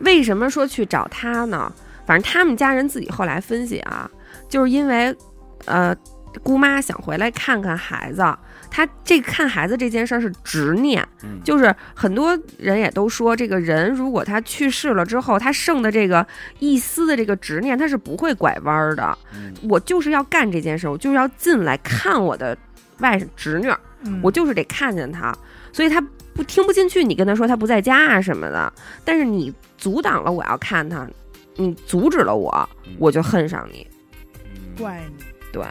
Speaker 3: 为什么说去找他呢？反正他们家人自己后来分析啊，就是因为，呃，姑妈想回来看看孩子，她这看孩子这件事儿是执念，
Speaker 1: 嗯
Speaker 3: 就是很多人也都说，这个人如果他去世了之后，他剩的这个一丝的这个执念，他是不会拐弯儿的。
Speaker 1: 嗯
Speaker 3: 我就是要干这件事，我就是要进来看我的外侄女儿，
Speaker 2: 嗯
Speaker 3: 我就是得看见她，所以她不听不进去，你跟她说她不在家啊什么的，但是你阻挡了我要看她，你阻止了我，我就恨上你。
Speaker 1: 嗯
Speaker 2: 怪你。
Speaker 3: 对，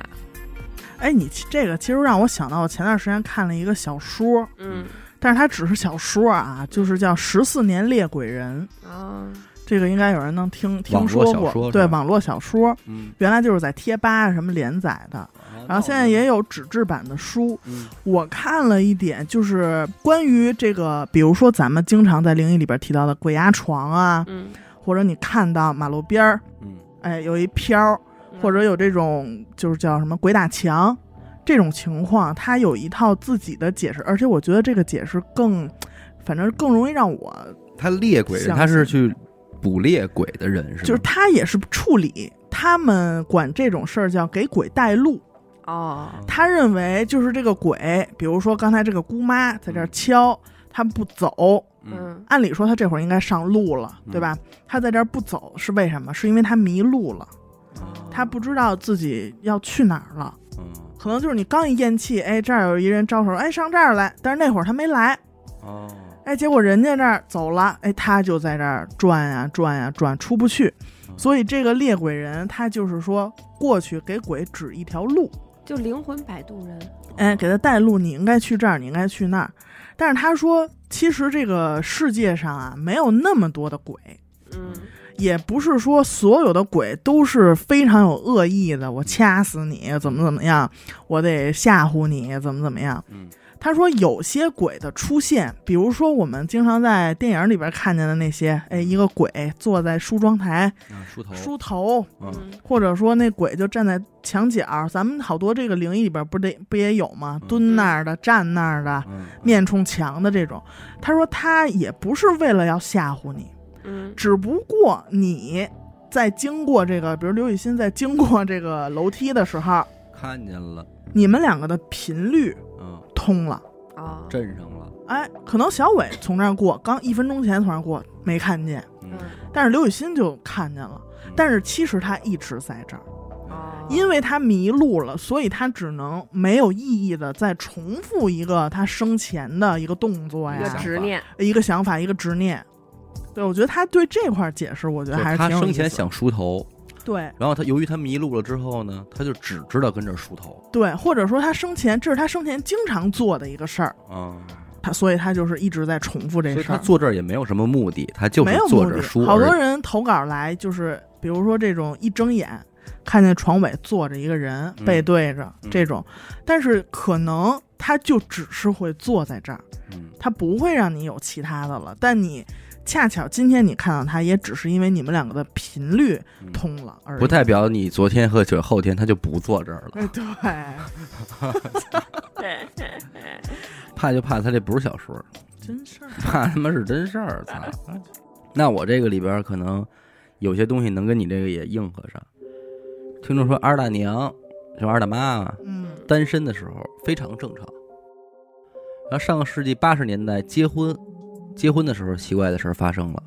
Speaker 2: 哎，你这个其实让我想到，我前段时间看了一个小说，
Speaker 3: 嗯
Speaker 2: 但是它只是小说啊，就是叫《十四年猎鬼人》，
Speaker 3: 啊，
Speaker 2: 这个应该有人能听听
Speaker 1: 网络
Speaker 2: 说
Speaker 1: 小
Speaker 2: 过。
Speaker 1: 说是
Speaker 2: 对，
Speaker 1: 吧
Speaker 2: 网络小说
Speaker 1: 嗯，
Speaker 2: 原来就是在贴吧什么连载
Speaker 1: 啊
Speaker 2: 的，然后现在也
Speaker 1: 有，
Speaker 2: 有纸质版的书。
Speaker 1: 嗯
Speaker 2: 我看了一点，就是关于这个，比如说咱们经常在灵异里边提到的鬼压床啊，
Speaker 3: 嗯，
Speaker 2: 或者你看到马路边儿，
Speaker 1: 嗯
Speaker 2: 哎，有一飘儿，或者有这种就是叫什么鬼打墙这种情况，他有一套自己的解释，而且我觉得这个解释更，反正更容易让我，
Speaker 1: 他猎鬼人，
Speaker 2: 相
Speaker 1: 他是
Speaker 2: 信
Speaker 1: 去捕猎鬼的人，是吗？
Speaker 2: 就是他也是处理，他们管这种事儿叫给鬼带路。
Speaker 3: 哦，
Speaker 1: 啊
Speaker 2: 他认为就是这个鬼，比如说刚才这个姑妈在这儿敲，他不走，
Speaker 1: 嗯
Speaker 3: 嗯
Speaker 2: 按理说他这会儿应该上路了，对吧？他在这儿不走是为什么？是因为他迷路了，他不知道自己要去哪儿了。
Speaker 1: 哦嗯
Speaker 2: 可能就是你刚一咽气，哎，这儿有一人招手，哎，上这儿来。但是那会儿他没来，
Speaker 1: 哦，
Speaker 2: 哎，结果人家这儿走了，哎，他就在这儿转呀、转呀、转，出不去。
Speaker 1: 嗯
Speaker 2: 所以这个猎鬼人他就是说过去给鬼指一条路，
Speaker 3: 就灵魂摆渡人。
Speaker 2: 哎，给他带路，你应该去这儿，你应该去那儿。但是他说，其实这个世界上啊，没有那么多的鬼，
Speaker 3: 嗯
Speaker 2: 也不是说所有的鬼都是非常有恶意的，我掐死你，怎么怎么样，我得吓唬你，怎么怎么样。
Speaker 1: 嗯
Speaker 2: 他说有些鬼的出现，比如说我们经常在电影里边看见的那些，哎，一个鬼坐在梳妆台、
Speaker 1: 啊梳头，
Speaker 2: 梳头，
Speaker 1: 嗯
Speaker 3: 嗯
Speaker 2: 或者说那鬼就站在墙角。咱们好多这个灵异里边不得不也有吗？
Speaker 1: 嗯
Speaker 2: 蹲那儿的、站那儿的、
Speaker 1: 嗯，
Speaker 2: 面冲墙的这种。他说他也不是为了要吓唬你，
Speaker 3: 嗯
Speaker 2: 只不过你在经过这个，比如刘雨欣在经过这个楼梯的时候，
Speaker 1: 看见了，
Speaker 2: 你们两个的频率
Speaker 1: 嗯，
Speaker 2: 通了。
Speaker 3: 哦，
Speaker 1: 镇上了，
Speaker 2: 哎，可能小伟从那儿过，刚一分钟前从那儿过没看见，
Speaker 1: 嗯，
Speaker 2: 但是刘雨欣就看见了。
Speaker 1: 嗯
Speaker 2: 但是其实他一直在这儿，
Speaker 3: 哦
Speaker 2: 因为他迷路了，所以他只能没有意义的再重复一个他生前的一个动作
Speaker 3: 一
Speaker 1: 有
Speaker 3: 个
Speaker 2: 呀，
Speaker 3: 执念，
Speaker 2: 一个想法，一个执念。对，我觉得他对这块儿解释，我觉得
Speaker 1: 就
Speaker 2: 还是
Speaker 1: 他
Speaker 2: 挺有
Speaker 1: 生
Speaker 2: 意思
Speaker 1: 前
Speaker 2: 的。
Speaker 1: 想梳头，
Speaker 2: 对
Speaker 1: 然后他由于他迷路了之后呢，他就只知道跟这儿梳头，
Speaker 2: 对，或者说他生前这是他生前经常做的一个事儿，
Speaker 1: 啊，
Speaker 2: 他所以他就是一直在重复
Speaker 1: 所
Speaker 2: 这
Speaker 1: 以
Speaker 2: 事
Speaker 1: 他
Speaker 2: 儿。
Speaker 1: 坐这儿也没有什么目的，他就
Speaker 2: 没
Speaker 1: 是
Speaker 2: 有
Speaker 1: 坐
Speaker 2: 目
Speaker 1: 这儿
Speaker 2: 的
Speaker 1: 梳，
Speaker 2: 好多
Speaker 1: 而
Speaker 2: 人投稿来就是，比如说这种一睁眼看见床尾坐着一个人，
Speaker 1: 嗯
Speaker 2: 背对着、
Speaker 1: 嗯
Speaker 2: 这种，但是可能他就只是会坐在这儿，
Speaker 1: 嗯
Speaker 2: 他不会让你有其他的了。但你恰巧今天你看到他，也只是因为你们两个的频率
Speaker 1: 嗯
Speaker 2: 通了而已。
Speaker 1: 不代表你昨天和九后天他就不坐这儿了，
Speaker 2: 哎，对，
Speaker 1: 怕就怕他这不是小说，
Speaker 2: 真事儿。
Speaker 1: 怕 他妈是真事儿，操！那我这个里边儿可能有些东西能跟你这个也应和上。听众说二大娘，就二大妈嘛，
Speaker 2: 嗯
Speaker 1: 单身的时候非常正常。然后上个世纪八十年代结婚，结婚的时候奇怪的事儿发生了。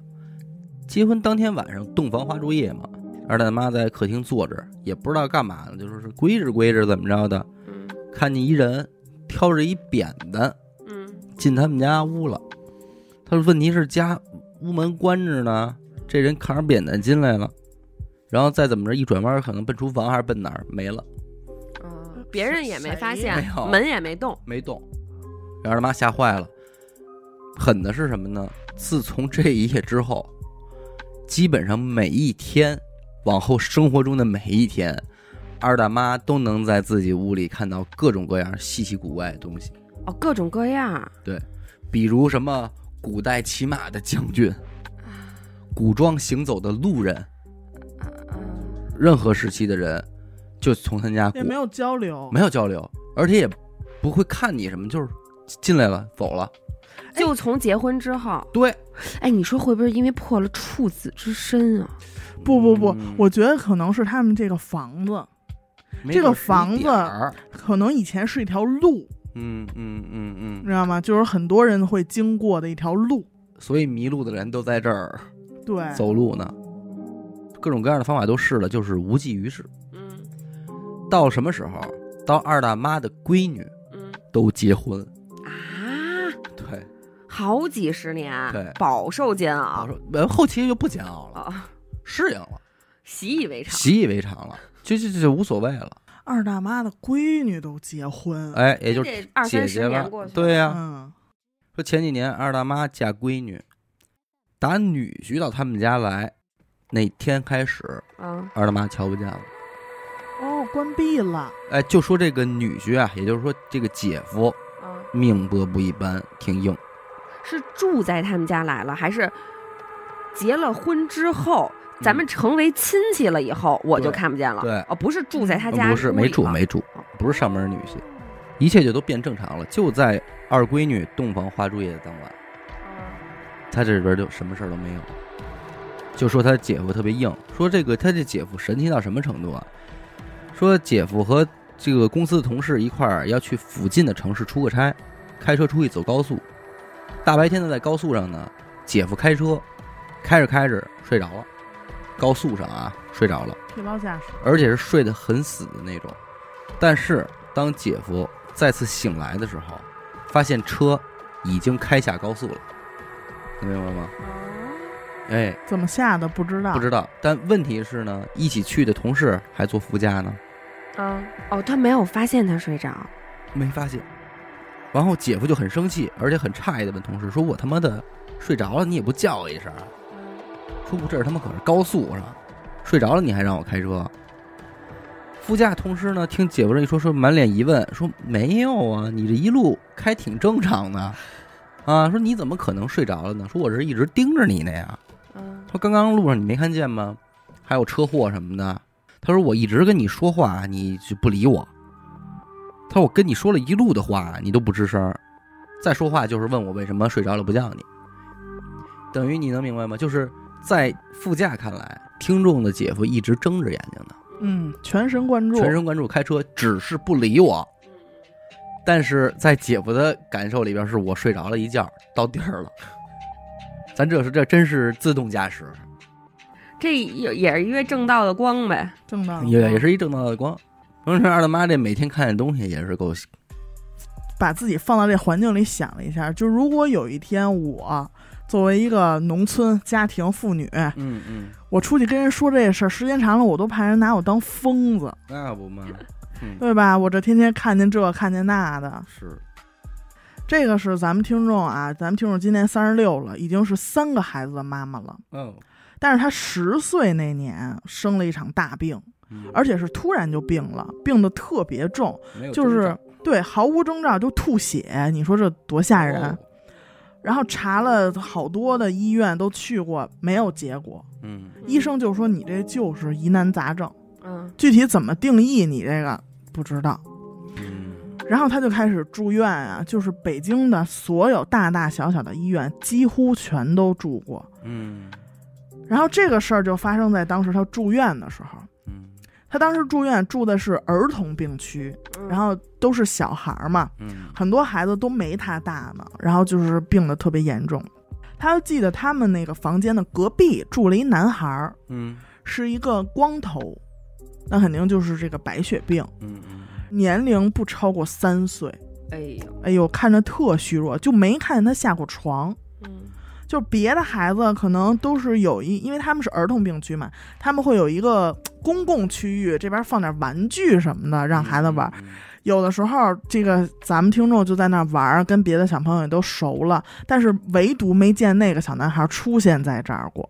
Speaker 1: 结婚当天晚上，洞房花烛夜嘛，二大妈在客厅坐着，也不知道干嘛呢，就说是归置归置怎么着的，
Speaker 3: 嗯
Speaker 1: 看见一人挑着一扁担
Speaker 3: 嗯
Speaker 1: 进他们家屋了。他说：“问题是家屋门关着呢，这人扛着扁担进来了，然后再怎么着一转弯，可能奔厨房还是奔哪儿没了，
Speaker 3: 哦，别人也没发现
Speaker 1: 谁呀没有，
Speaker 3: 门也没动。
Speaker 1: 没动。”然后他妈吓坏了。狠的是什么呢？自从这一夜之后，基本上每一天，往后生活中的每一天，二大妈都能在自己屋里看到各种各样稀奇古怪的东西，
Speaker 3: 哦，各种各样儿。
Speaker 1: 比如什么古代骑马的将军，古装行走的路人。
Speaker 3: 嗯
Speaker 1: 任何时期的人，就从他家过
Speaker 2: 也没有交流，
Speaker 1: 没有交流，而且也不会看你什么，就是进来了走了。
Speaker 3: 就从结婚之后，
Speaker 1: 哎对，
Speaker 3: 哎，你说会不会因为破了处子之身啊？
Speaker 2: 不不不
Speaker 1: 嗯，
Speaker 2: 我觉得可能是他们这个房子，
Speaker 1: 没
Speaker 2: 这个
Speaker 1: 准是一
Speaker 2: 房子
Speaker 1: 点儿
Speaker 2: 可能以前是一条路，
Speaker 1: 嗯嗯嗯
Speaker 2: 你
Speaker 1: 嗯，
Speaker 2: 知道吗？就是很多人会经过的一条路。
Speaker 1: 所以迷路的人都在这儿
Speaker 2: 对，
Speaker 1: 走路呢，各种各样的方法都试了，就是无济于事。
Speaker 3: 嗯
Speaker 1: 到什么时候？到二大妈的闺女
Speaker 3: 嗯
Speaker 1: 都结婚，
Speaker 3: 啊，
Speaker 1: 对，
Speaker 3: 好几十年，
Speaker 1: 对
Speaker 3: 饱受煎
Speaker 1: 我
Speaker 2: 啊
Speaker 3: 熬
Speaker 1: 说呃后期就不煎熬了，
Speaker 3: 啊，
Speaker 1: 适应了，
Speaker 3: 习以为常。
Speaker 1: 习以为常了，就就就就无所谓了。
Speaker 2: 二大妈的闺女都结婚，
Speaker 1: 哎，也就
Speaker 3: 这二
Speaker 1: 姐
Speaker 3: 三十
Speaker 1: 姐吧
Speaker 3: 年过，去，
Speaker 1: 对呀、
Speaker 2: 嗯，
Speaker 1: 说前几年二大妈嫁闺女，打女婿到他们家来，那天开始
Speaker 3: 啊，
Speaker 1: 二大妈瞧不见了。
Speaker 2: 哦，关闭了，
Speaker 1: 哎，就说这个女婿啊，也就是说这个姐夫
Speaker 3: 啊，
Speaker 1: 命薄不一般，挺硬。
Speaker 3: 是住在他们家来了，还是结了婚之后，咱们成为亲戚了以后，我就
Speaker 1: 对
Speaker 3: 看不见了？
Speaker 1: 嗯对嗯
Speaker 3: 哦，不是住在他家屋里哦了，
Speaker 1: 呃不是没住没住，不是上门女婿，一切就都变正常了。就在二闺女洞房花烛夜的当晚，
Speaker 3: 哦
Speaker 1: 她这里边就什么事儿都没有，就说她姐夫特别硬，说这个她这姐夫神奇到什么程度啊？说姐夫和这个公司的同事一块儿要去附近的城市出个差，开车出去走高速，大白天的在高速上呢，姐夫开车，开着开着睡着了，高速上啊睡着了。
Speaker 2: 疲劳驾驶，
Speaker 1: 而且是睡得很死的那种。但是当姐夫再次醒来的时候，发现车已经开下高速了，能明白吗？哎，
Speaker 2: 怎么下的不知道，
Speaker 1: 不知道。但问题是呢，一起去的同事还坐副驾呢，
Speaker 3: 啊，哦，他没有发现他睡着，
Speaker 1: 没发现。然后姐夫就很生气，而且很诧异的问同事说：“我他妈的睡着了，你也不叫我一声啊？说不，这儿他妈可是高速上，睡着了你还让我开车。”副驾同事呢，听姐夫这一说，说满脸疑问，说：“没有啊，你这一路开挺正常的，啊，说你怎么可能睡着了呢？说我这一直盯着你呢呀。
Speaker 3: 嗯，
Speaker 1: 说刚刚路上你没看见吗？还有车祸什么的。他说我一直跟你说话，你就不理我。他说我跟你说了一路的话，你都不吱声儿，再说话就是问我为什么睡着了不叫你。等于你能明白吗？就是在副驾看来，听众的姐夫一直睁着眼睛呢，
Speaker 2: 嗯，全神贯注，
Speaker 1: 全神贯注开车，只是不理我。但是在姐夫的感受里边，是我睡着了一觉，到地儿了。咱这是这真是自动驾驶，
Speaker 3: 这也也是因为正道的光呗，
Speaker 2: 正当
Speaker 1: 也也是一正道的光。同时，二大妈这每天看见东西也是够
Speaker 2: 把自己放到这环境里想了一下，就如果有一天我作为一个农村家庭妇女，
Speaker 1: 嗯嗯，
Speaker 2: 我出去跟人说这事儿，时间长了我都怕人拿我当疯子，
Speaker 1: 那不嘛，
Speaker 2: 对吧？我这天天看见这看见那的，
Speaker 1: 是
Speaker 2: 这个是咱们听众啊，咱们听众今年三十六了，已经是三个孩子的妈妈了。
Speaker 1: 哦，
Speaker 2: 但是她十岁那年生了一场大病，而且是突然就病了，病得特别重，就是对毫无征兆就吐血，你说这多吓人！
Speaker 1: 哦
Speaker 2: 然后查了好多的医院都去过，没有结果。
Speaker 1: 嗯，
Speaker 2: 医生就说你这就是疑难杂症，
Speaker 3: 嗯，
Speaker 2: 具体怎么定义你这个不知道。
Speaker 1: 嗯
Speaker 2: 然后他就开始住院啊，就是北京的所有大大小小的医院几乎全都住过。
Speaker 1: 嗯
Speaker 2: 然后这个事儿就发生在当时他住院的时候，
Speaker 1: 嗯
Speaker 2: 他当时住院住的是儿童病区，
Speaker 3: 嗯
Speaker 2: 然后都是小孩儿嘛，
Speaker 1: 嗯
Speaker 2: 很多孩子都没他大呢，然后就是病得特别严重。他就记得他们那个房间的隔壁住了一男孩儿，
Speaker 1: 嗯
Speaker 2: 是一个光头，那肯定就是这个白血病，
Speaker 1: 嗯
Speaker 2: 年龄不超过三岁。
Speaker 3: 哎呦，
Speaker 2: 哎呦，看着特虚弱，就没看见他下过床。
Speaker 3: 嗯
Speaker 2: 就别的孩子可能都是有一，因为他们是儿童病区嘛，他们会有一个公共区域，这边放点玩具什么的让孩子
Speaker 1: 嗯
Speaker 2: 玩。，有的时候，这个咱们听众就在那儿玩儿，跟别的小朋友也都熟了，但是唯独没见那个小男孩出现在这儿过，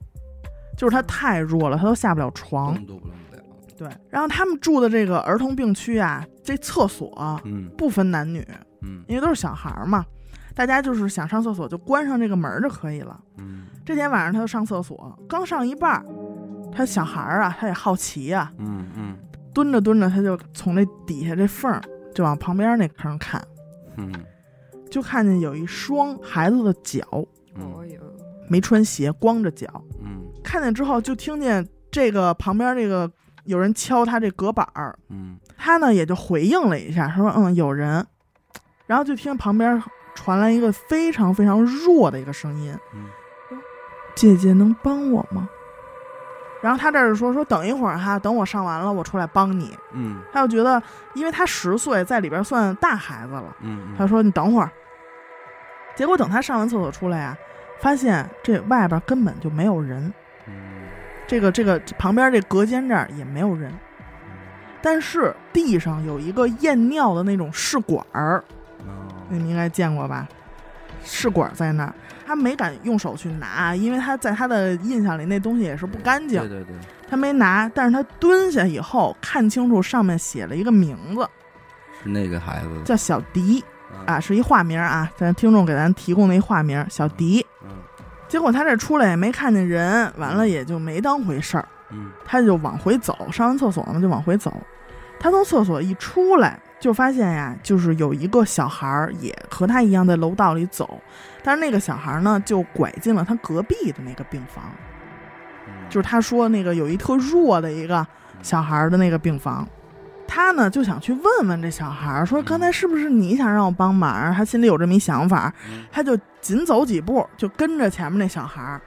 Speaker 2: 就是他太弱了，他都下不了床。
Speaker 1: 动都不动不了，
Speaker 2: 对，然后他们住的这个儿童病区啊，这厕所
Speaker 1: 嗯
Speaker 2: 不分男女，
Speaker 1: 嗯
Speaker 2: 因为都是小孩儿嘛，大家就是想上厕所就关上这个门儿就可以了。
Speaker 1: 嗯
Speaker 2: 这天晚上他就上厕所，刚上一半儿，他小孩儿啊，他也好奇呀、
Speaker 1: 嗯嗯
Speaker 2: 蹲着蹲着他就从这底下这缝儿就往旁边那坑看。
Speaker 1: 嗯
Speaker 2: 就看见有一双孩子的脚
Speaker 1: 嗯
Speaker 3: 哎呦，
Speaker 2: 没穿鞋，光着脚。
Speaker 1: 嗯
Speaker 2: 看见之后就听见这个旁边这个有人敲他这隔板儿，
Speaker 1: 嗯
Speaker 2: 他呢也就回应了一下，说嗯有人，然后就听旁边传来一个非常非常弱的一个声音，
Speaker 1: 嗯
Speaker 2: 姐姐能帮我吗？然后他这儿说说等一会儿哈，等我上完了我出来帮你。
Speaker 1: 嗯
Speaker 2: 他就觉得，因为他十岁，在里边算大孩子了。
Speaker 1: 嗯，
Speaker 2: 他说：“你等会儿。”结果等他上完厕所出来啊，发现这外边根本就没有人，
Speaker 1: 嗯
Speaker 2: 这个这个旁边这隔间这儿也没有人，但是地上有一个验尿的那种试管儿，你
Speaker 1: 嗯
Speaker 2: 们应该见过吧？试管在那儿，他没敢用手去拿，因为他在他的印象里那东西也是不干净
Speaker 1: 对，对对，
Speaker 2: 他没拿。但是他蹲下以后看清楚上面写了一个名字，
Speaker 1: 是那个孩子
Speaker 2: 叫小迪啊，
Speaker 1: 啊，
Speaker 2: 是一化名啊，咱听众给咱提供的一化名小迪。
Speaker 1: 嗯
Speaker 2: 结果他这出来也没看见人，完了也就没当回事儿，
Speaker 1: 嗯
Speaker 2: 他就往回走，上完厕所呢就往回走。他从厕所一出来，就发现呀，就是有一个小孩儿也和他一样在楼道里走，但是那个小孩儿呢就拐进了他隔壁的那个病房，就是他说那个有一特弱的一个小孩儿的那个病房。他呢就想去问问这小孩儿，说
Speaker 1: 嗯
Speaker 2: 刚才是不是你想让我帮忙？他心里有这么一想法，他就紧走几步，就跟着前面那小孩儿。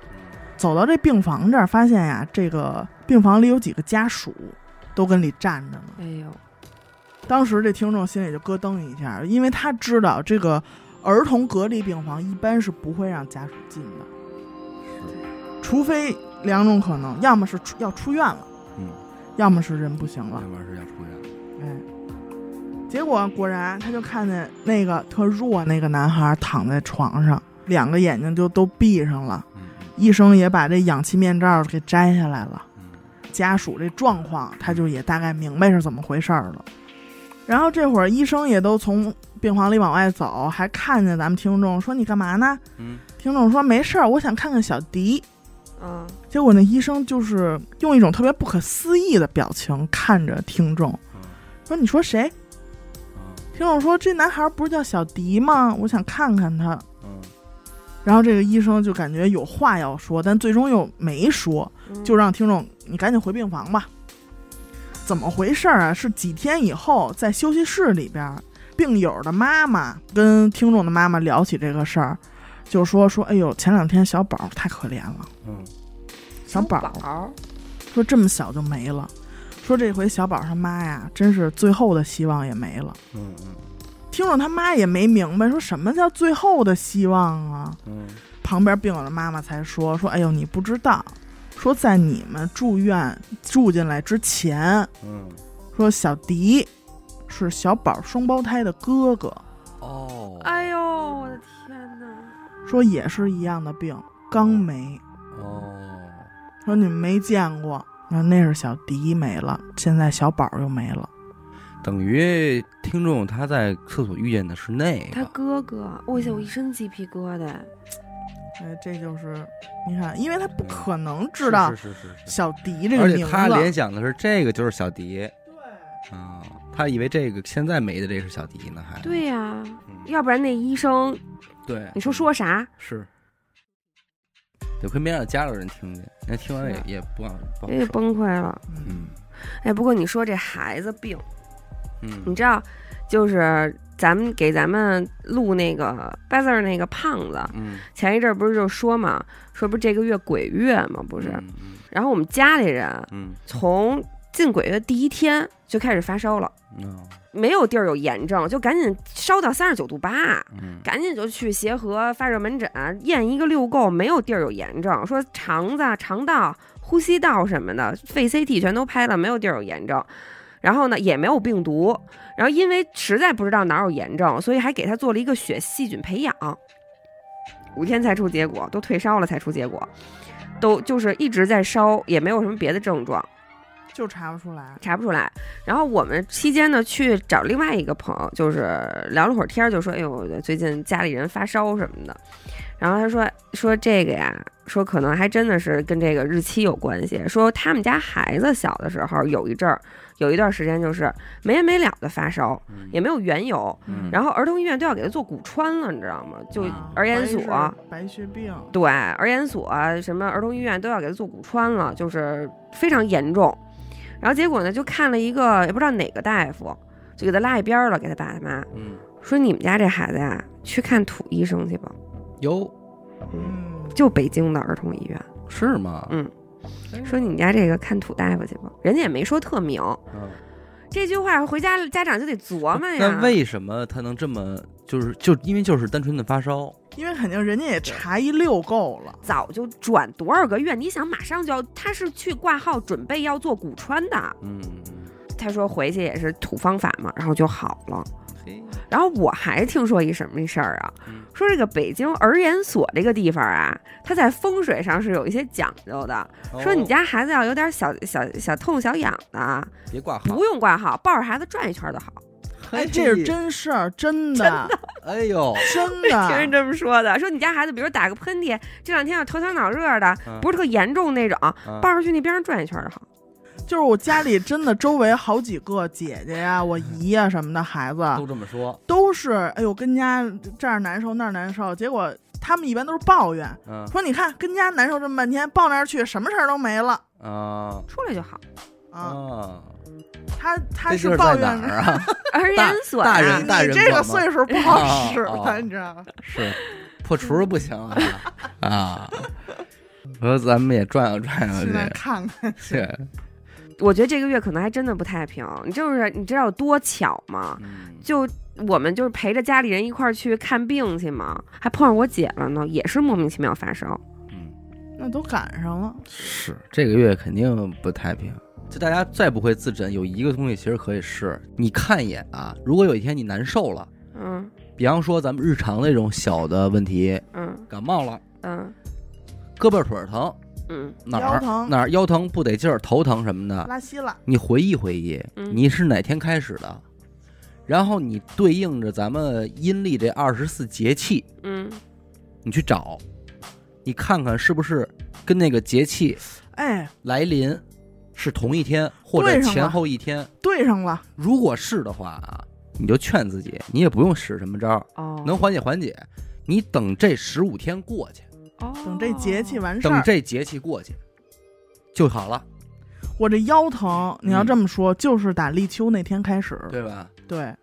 Speaker 2: 走到这病房这儿，发现呀，这个病房里有几个家属都跟里站着呢。
Speaker 3: 哎呦，
Speaker 2: 当时这听众心里就咯噔一下，因为他知道这个儿童隔离病房一般是不会让家属进的，除非两种可能，要么是出要出院了，
Speaker 1: 嗯，
Speaker 2: 要么是人不行
Speaker 1: 要
Speaker 2: 了。
Speaker 1: 不然是要出院，
Speaker 2: 哎，结果果然他就看见那个特弱那个男孩躺在床上，两个眼睛就都闭上了，
Speaker 1: 嗯
Speaker 2: 医生也把这氧气面罩给摘下来了。
Speaker 1: 嗯
Speaker 2: 家属这状况，他就也大概明白是怎么回事儿了。然后这会儿医生也都从病房里往外走，还看见咱们听众说：“你干嘛呢
Speaker 1: 嗯？”
Speaker 2: 听众说：“没事儿，我想看看小迪。
Speaker 3: 嗯，”
Speaker 2: 结果那医生就是用一种特别不可思议的表情看着听众，说：“你说谁
Speaker 1: 嗯？”
Speaker 2: 听众说：“这男孩不是叫小迪吗？我想看看他。
Speaker 1: 嗯”
Speaker 2: 然后这个医生就感觉有话要说，但最终又没说，
Speaker 3: 嗯
Speaker 2: 就让听众你赶紧回病房吧。怎么回事儿啊？是几天以后在休息室里边儿，病友的妈妈跟听众的妈妈聊起这个事儿，就说说，哎呦，前两天小宝太可怜了，
Speaker 1: 嗯
Speaker 2: 小宝
Speaker 3: 宝，
Speaker 2: 说这么小就没了，说这回小宝他妈呀，真是最后的希望也没了。
Speaker 1: 嗯嗯
Speaker 2: 听众他妈也没明白，说什么叫最后的希望啊？
Speaker 1: 嗯
Speaker 2: 旁边病友的妈妈才说说，哎呦，你不知道，说在你们住院住进来之前，
Speaker 1: 嗯，
Speaker 2: 说小迪是小宝双胞胎的哥哥，
Speaker 1: 哦，
Speaker 3: 哎呦，我的天哪！
Speaker 2: 说也是一样的病，刚没，
Speaker 1: 哦，
Speaker 2: 说你们没见过，那那是小迪没了，现在小宝又没了，
Speaker 1: 等于听众他在厕所遇见的是那
Speaker 3: 他
Speaker 1: 个，
Speaker 3: 哥哥，我去，我一身鸡皮疙瘩。
Speaker 2: 哎，这就是你看，因为他不可能知道
Speaker 1: 是是是是是，
Speaker 2: 小迪这个
Speaker 1: 而
Speaker 2: 名
Speaker 1: 且他联
Speaker 2: 字，
Speaker 1: 想的是这个就是小迪
Speaker 2: 对，
Speaker 1: 啊，他以为这个现在没的这是小迪呢，还
Speaker 3: 对呀、
Speaker 1: 嗯
Speaker 3: 要不然那医生，
Speaker 1: 对，
Speaker 3: 你说说啥？
Speaker 1: 是，得亏没让家里人听见，那听完
Speaker 3: 是啊
Speaker 1: 也也不好不好
Speaker 3: 也
Speaker 1: 受，
Speaker 3: 崩溃了。
Speaker 1: 嗯
Speaker 3: 哎，不过你说这孩子病，你
Speaker 1: 嗯
Speaker 3: 知道，就是咱们给咱们录那个巴 a 那个胖子，
Speaker 1: 嗯，
Speaker 3: 前一阵儿不是就说嘛，说不是这个月鬼月嘛，不
Speaker 1: 不
Speaker 3: 是？
Speaker 1: 嗯
Speaker 3: 然后我们家里人
Speaker 1: 嗯
Speaker 3: 从进鬼月第一天就开始发烧了，
Speaker 1: 嗯哦
Speaker 3: 没有地儿有炎症，就赶紧烧到三十九度八。
Speaker 1: 嗯
Speaker 3: 赶紧就去协和发热门诊验一个六够，没有地儿有炎症，说肠子、肠道、呼吸道什么的，肺 CT 全都拍了，没有地儿有炎症。然后呢，也没有病毒。然后因为实在不知道哪有炎症，所以还给他做了一个血细菌培养，五天才出结果，都退烧了才出结果，都就是一直在烧，也没有什么别的症状。
Speaker 2: 就查不出来，
Speaker 3: 查不出来。然后我们期间呢，去找另外一个朋友，就是聊了会儿天儿，就说：“哎呦，最近家里人发烧什么的。”然后他说说这个呀，说可能还真的是跟这个日期有关系。说他们家孩子小的时候有一阵儿，有一段时间就是没完没了的发烧，也没有缘由，
Speaker 1: 嗯
Speaker 3: 然后儿童医院都要给他做骨穿了，你知道吗？就
Speaker 2: 嗯
Speaker 1: 啊
Speaker 3: 儿研所。
Speaker 2: 白血病，
Speaker 3: 对，儿研所啊什么儿童医院都要给他做骨穿了，就是非常严重。然后结果呢，就看了一个也不知道哪个大夫，就给他拉一边儿了，给他爸他妈
Speaker 1: 嗯，
Speaker 3: 说：“你们家这孩子呀、去看土医生去吧。
Speaker 1: 有”
Speaker 2: 嗯，
Speaker 3: 就北京的儿童医院
Speaker 1: 是吗？
Speaker 3: 嗯说：“你们家这个看土大夫去吧。”人家也没说特明，
Speaker 1: 嗯
Speaker 3: 这句话回家家长就得琢磨呀
Speaker 1: 那。为什么他能这么就是就因为就是单纯的发烧？
Speaker 2: 因为肯定人家也查一溜够了，
Speaker 3: 早就转多少个院？你想，马上就要，他是去挂号准备要做骨穿的。
Speaker 1: 嗯，
Speaker 3: 他说回去也是土方法嘛，然后就好了。
Speaker 1: 嘿，
Speaker 3: 然后我还听说一什么事儿啊
Speaker 1: 嗯，
Speaker 3: 说这个北京儿研所这个地方啊，它在风水上是有一些讲究的，说你
Speaker 1: 哦
Speaker 3: 家孩子要有点小小小痛小痒的，
Speaker 1: 别挂号，
Speaker 3: 不用挂号，抱着孩子转一圈就好。
Speaker 2: 哎，
Speaker 1: 嘿
Speaker 2: 这是，真事儿，真的，
Speaker 1: 哎 呦，
Speaker 2: 真
Speaker 3: 听人
Speaker 2: 的，
Speaker 3: 这么说的，说你家孩子比如打个喷嚏，这两天有头疼脑热的，
Speaker 1: 嗯
Speaker 3: 不是特严重那种，
Speaker 1: 啊
Speaker 3: 抱着去那边上转一圈就好。
Speaker 2: 就是我家里真的周围好几个姐姐呀、我姨呀什么的孩子，
Speaker 1: 都这么说，
Speaker 2: 都是哎呦跟家这儿难受那儿难受，结果他们一般都是抱怨，
Speaker 1: 嗯
Speaker 2: 说你看跟家难受这么半天，抱那儿去什么事儿都没了
Speaker 1: 啊
Speaker 3: 出来就好，
Speaker 2: 啊。
Speaker 1: 啊，
Speaker 2: 他他
Speaker 1: 这地
Speaker 2: 是
Speaker 1: 儿
Speaker 2: 抱
Speaker 1: 在
Speaker 2: 怨
Speaker 1: 哪
Speaker 2: 的
Speaker 1: 儿啊？
Speaker 3: 儿研所
Speaker 1: 大
Speaker 3: 呀
Speaker 1: 人大
Speaker 2: 你这
Speaker 1: 管
Speaker 2: 个
Speaker 1: 吗
Speaker 2: 岁数不好使
Speaker 1: 哦
Speaker 2: 了，
Speaker 1: 哦
Speaker 2: 你知道吗？
Speaker 1: 是破除了不行啊 啊！我说咱们也转悠转
Speaker 2: 去那儿
Speaker 1: 悠
Speaker 2: 看看，
Speaker 1: 去，是，
Speaker 3: 我觉得这个月可能还真的不太平。你就是你知道有多巧吗？
Speaker 1: 嗯
Speaker 3: 就我们就是陪着家里人一块儿去看病去嘛，还碰上我姐了呢，也是莫名其妙发烧。
Speaker 1: 嗯，
Speaker 2: 那都赶上了。
Speaker 1: 是这个月肯定不太平。就大家再不会自诊，有一个东西其实可以试，你看一眼啊。如果有一天你难受了，
Speaker 3: 嗯
Speaker 1: 比方说咱们日常的这种小的问题，
Speaker 3: 嗯
Speaker 1: 感冒了，
Speaker 3: 嗯
Speaker 1: 胳膊腿儿疼，
Speaker 3: 嗯
Speaker 1: 哪
Speaker 2: 腰
Speaker 1: 儿
Speaker 2: 疼嗯
Speaker 1: 哪儿腰疼不得劲儿，头疼什么的，
Speaker 2: 拉稀了，
Speaker 1: 你回忆回忆，
Speaker 3: 嗯
Speaker 1: 你是哪天开始的，然后你对应着咱们阴历这二十四节气，
Speaker 3: 嗯，
Speaker 1: 你去找，你看看是不是跟那个节气
Speaker 2: 哎，
Speaker 1: 来临是同一天或者
Speaker 2: 对上了
Speaker 1: 前后一天。
Speaker 2: 对上了，
Speaker 1: 如果是的话啊，你就劝自己，你也不用使什么招儿，
Speaker 3: 哦，
Speaker 1: 能缓解缓解。你等这十五天过去，
Speaker 3: 哦
Speaker 2: 等这节气完事
Speaker 1: 等
Speaker 2: 儿，
Speaker 1: 这节气过去就好了，
Speaker 2: 我这腰疼，你要
Speaker 1: 嗯
Speaker 2: 这么说，就是打立秋那天开始，
Speaker 1: 对吧？
Speaker 2: 对，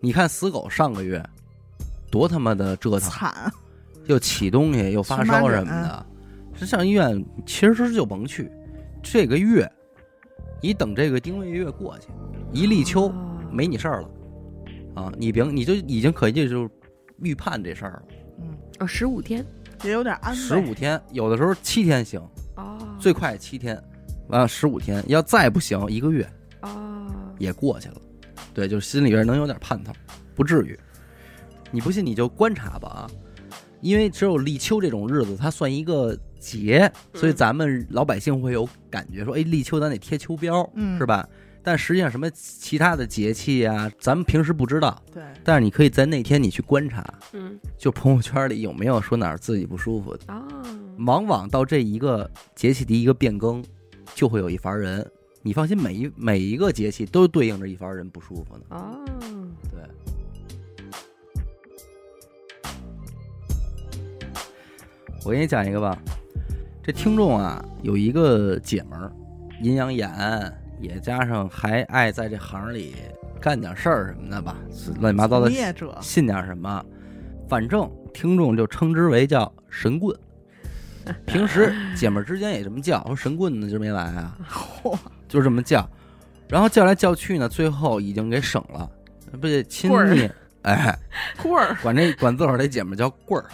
Speaker 1: 你看死狗上个月多他妈的折腾，
Speaker 2: 惨，
Speaker 1: 又起东西又发烧什么的，这上医院其实就甭去。这个月，你等这个丁未月过去，一立秋
Speaker 3: 哦
Speaker 1: 没你事儿了啊！你别你就已经可以就预判这事儿了。
Speaker 2: 嗯，
Speaker 3: 哦十五天
Speaker 2: 也有点安慰。
Speaker 1: 十五天，有的时候七天行，
Speaker 3: 哦，
Speaker 1: 最快七天，完了十五天，要再不行一个月
Speaker 3: 哦
Speaker 1: 也过去了。对，就是心里边能有点盼头，不至于。你不信你就观察吧啊，因为只有立秋这种日子，它算一个节，所以
Speaker 3: 嗯
Speaker 1: 咱们老百姓会有感觉说，哎，立秋咱得贴秋膘，
Speaker 2: 嗯
Speaker 1: 是吧？但实际上什么其他的节气啊，咱们平时不知道，
Speaker 2: 对，
Speaker 1: 但是你可以在那天你去观察，
Speaker 3: 嗯
Speaker 1: 就朋友圈里有没有说哪儿自己不舒服，
Speaker 3: 哦
Speaker 1: 往往到这一个节气的一个变更，就会有一伐人。你放心，每一每一个节气都对应着一伐人不舒服呢。
Speaker 3: 哦，
Speaker 1: 对。我给你讲一个吧，这听众啊有一个姐们儿，阴阳眼，也加上还爱在这行里干点事儿什么的吧，乱七八糟的
Speaker 2: 从 业者，
Speaker 1: 信点什么，反正听众就称之为叫神 棍。平时姐们儿之间也这么叫，说神棍呢今儿没来啊，
Speaker 2: 嚯
Speaker 1: 就这么叫，然后叫来叫去呢，最后已经给省了，不得亲
Speaker 3: 棍儿
Speaker 1: 昵，哎，
Speaker 2: 棍儿，
Speaker 1: 管这管自个儿这姐们儿叫棍儿。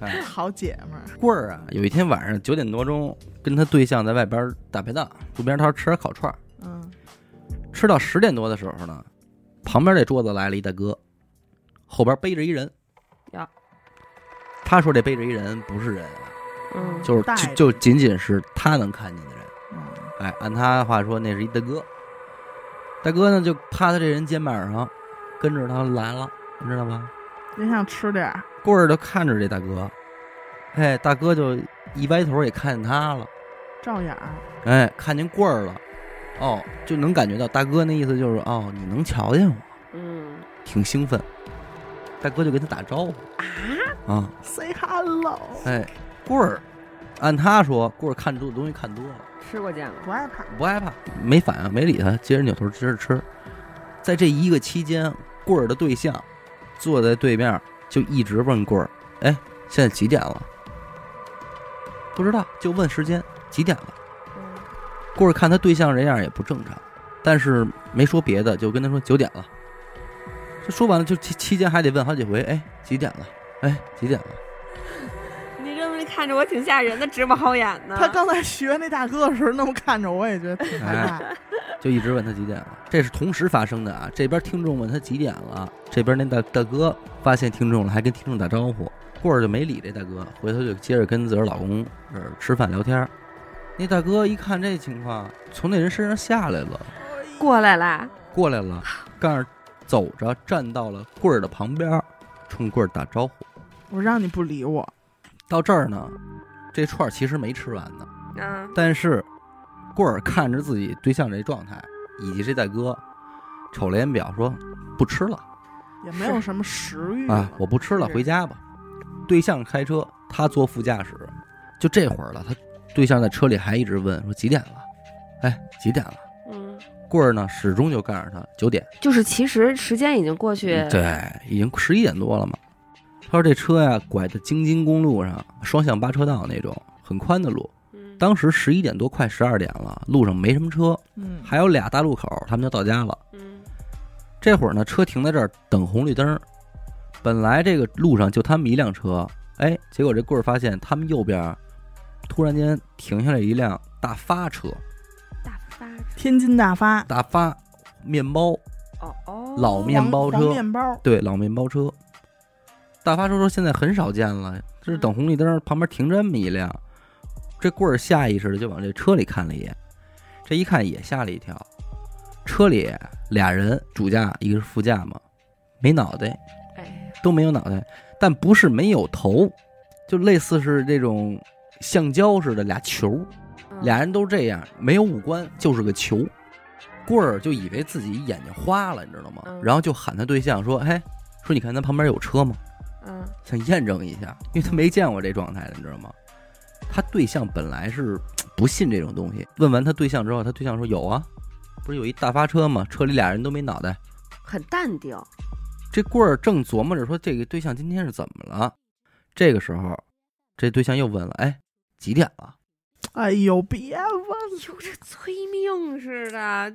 Speaker 1: 哎
Speaker 2: 好姐们儿，
Speaker 1: 棍儿啊，有一天晚上九点多钟，跟他对象在外边儿打排档，路边摊儿吃点烤串儿，
Speaker 2: 嗯，
Speaker 1: 吃到十点多的时候呢，旁边这桌子来了一大哥，后边背着一人。
Speaker 3: 呀，
Speaker 1: 他说这背着一人不是人啊，
Speaker 3: 嗯
Speaker 1: 就是
Speaker 2: 带着
Speaker 1: 就就仅仅是他能看见的人。
Speaker 2: 嗯
Speaker 1: 哎，按他的话说，那是一大哥。大哥呢就趴在这人肩膀上，跟着他来了，你知道吧？
Speaker 2: 也想吃点儿，
Speaker 1: 棍儿就看着这大哥，哎，大哥就一歪头也看见他了，
Speaker 2: 照眼儿，
Speaker 1: 哎，看见棍儿了，哦，就能感觉到大哥那意思就是哦，你能瞧见我，
Speaker 3: 嗯
Speaker 1: 挺兴奋。大哥就跟他打招呼
Speaker 3: 啊，
Speaker 1: 啊，
Speaker 2: say hello，
Speaker 1: 哎，棍儿，按他说，棍儿看住的东西看多了，
Speaker 3: 吃过见过，
Speaker 2: 不害怕，
Speaker 1: 不害怕，没反应，没理他，接着扭头接着吃。在这一个期间，棍儿的对象坐在对面，就一直问棍儿：“哎，现在几点了？”不知道，就问时间，几点了？
Speaker 3: 嗯
Speaker 1: 棍儿看他对象人样也不正常，但是没说别的，就跟他说九点了。这说完了，就期期间还得问好几回：“哎，几点了？哎，几点了？”
Speaker 3: 你这么看着我挺吓人的，直不好眼呢
Speaker 2: 他刚才学那大哥的时候那么看着我也觉得挺
Speaker 1: 哎
Speaker 2: 害怕，
Speaker 1: 就一直问他几点了。这是同时发生的啊！这边听众问他几点了，这边那大大哥发现听众了，还跟听众打招呼，棍儿就没理这大哥，回头就接着跟自个儿老公这儿吃饭聊天儿。那大哥一看这情况，从那人身上下来了，
Speaker 3: 过来啦，
Speaker 1: 过来了，但是走着站到了棍儿的旁边儿，冲棍儿打招呼。
Speaker 2: 我让你不理我，
Speaker 1: 到这儿呢，这串儿其实没吃完呢，
Speaker 3: 嗯，
Speaker 1: 但是棍儿看着自己对象这状态，以及这大哥，瞅了眼表说不吃了。
Speaker 2: 也没有什么食欲
Speaker 1: 啊
Speaker 2: 了，
Speaker 1: 我不吃了，
Speaker 3: 是
Speaker 1: 回家吧。对象开车，他坐副驾驶，就这会儿了，他对象在车里还一直问说几点了，哎，几点了？
Speaker 3: 嗯，
Speaker 1: 棍儿呢，始终就告诉他九点，
Speaker 3: 就是其实时间已经过去，
Speaker 1: 对，已经十一点多了嘛。他说这车呀，拐到京津公路上，双向八车道那种很宽的路。
Speaker 3: 嗯，
Speaker 1: 当时十一点多，快十二点了，路上没什么车，
Speaker 2: 嗯，
Speaker 1: 还有俩大路口，他们就到家了。
Speaker 3: 嗯
Speaker 1: 这会儿呢，车停在这儿等红绿灯儿。本来这个路上就他们一辆车，哎，结果这棍儿发现他们右边儿突然间停下来一辆大发车，
Speaker 3: 大发
Speaker 2: 天津大发
Speaker 1: 大发面包，
Speaker 3: 哦哦，
Speaker 1: 老面包车
Speaker 2: 黄黄面包，
Speaker 1: 对，老面包车。大发车说现在很少见了，这是等红绿灯儿旁边停这么一辆。这棍儿下意识的就往这车里看了一眼，这一看也吓了一跳，车里俩人，主驾一个是副驾嘛，没脑袋。
Speaker 3: 哎，
Speaker 1: 都没有脑袋，但不是没有头，就类似是这种橡胶似的俩球，
Speaker 3: 嗯
Speaker 1: 俩人都这样，没有五官，就是个球。棍儿就以为自己眼睛花了，你知道吗
Speaker 3: 嗯？
Speaker 1: 然后就喊他对象说：“嘿，说你看咱旁边有车吗
Speaker 3: 嗯？”
Speaker 1: 想验证一下，因为他没见过这状态的，你知道吗？他对象本来是不信这种东西，问完他对象之后，他对象说：“有啊，不是有一大发车吗？车里俩人都没脑袋。”
Speaker 3: 很淡定，
Speaker 1: 这棍儿正琢磨着说这个对象今天是怎么了，这个时候，这对象又问了：“哎，几点了
Speaker 2: 哎呦别问，
Speaker 3: 哟，这催命似的，？”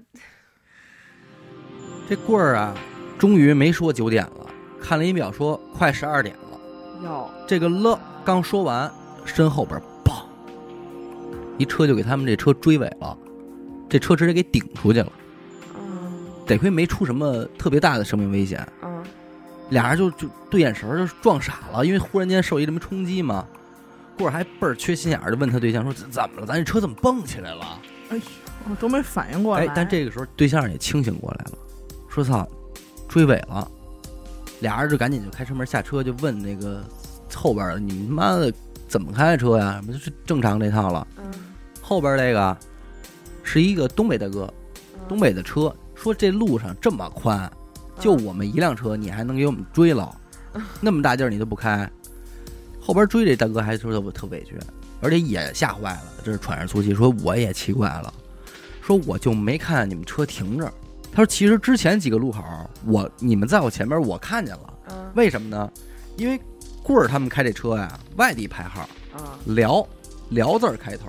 Speaker 1: 这棍儿啊，终于没说九点了，看了一秒说快十二点了。
Speaker 3: 有
Speaker 1: 这个了刚说完，身后边砰，一车就给他们这车追尾了，这车直接给顶出去了。
Speaker 3: 嗯
Speaker 1: 得亏没出什么特别大的生命危险，
Speaker 3: 嗯
Speaker 1: 俩人就就对眼神儿就撞傻了，因为忽然间受一这么冲击嘛。棍儿还倍儿缺心眼儿的问他对象说：“怎怎么了？咱这车怎么蹦起来了
Speaker 2: 哎呦我都没反应？”过来
Speaker 1: 哎，，但这个时候对象也清醒过来了，说：“操，追尾了！”俩人就赶紧就开车门下车，就问那个后边儿的：“你们妈的怎么开的车呀？什么就是正常这套了
Speaker 3: 嗯，？”
Speaker 1: 后边儿这个是一个东北大哥，东北的车，说这路上这么宽，
Speaker 3: 嗯
Speaker 1: 就我们一辆车，你还能给我们追了？那么大劲儿你都不开，后边追这大哥还说特特委屈，而且也吓坏了，这是喘着粗气说我也奇怪了，说我就没看见你们车停这儿。他说其实之前几个路口，我你们在我前面我看见了，
Speaker 3: 嗯
Speaker 1: 为什么呢？因为棍儿他们开这车呀，外地牌号，
Speaker 3: 嗯
Speaker 1: 辽辽字儿开头，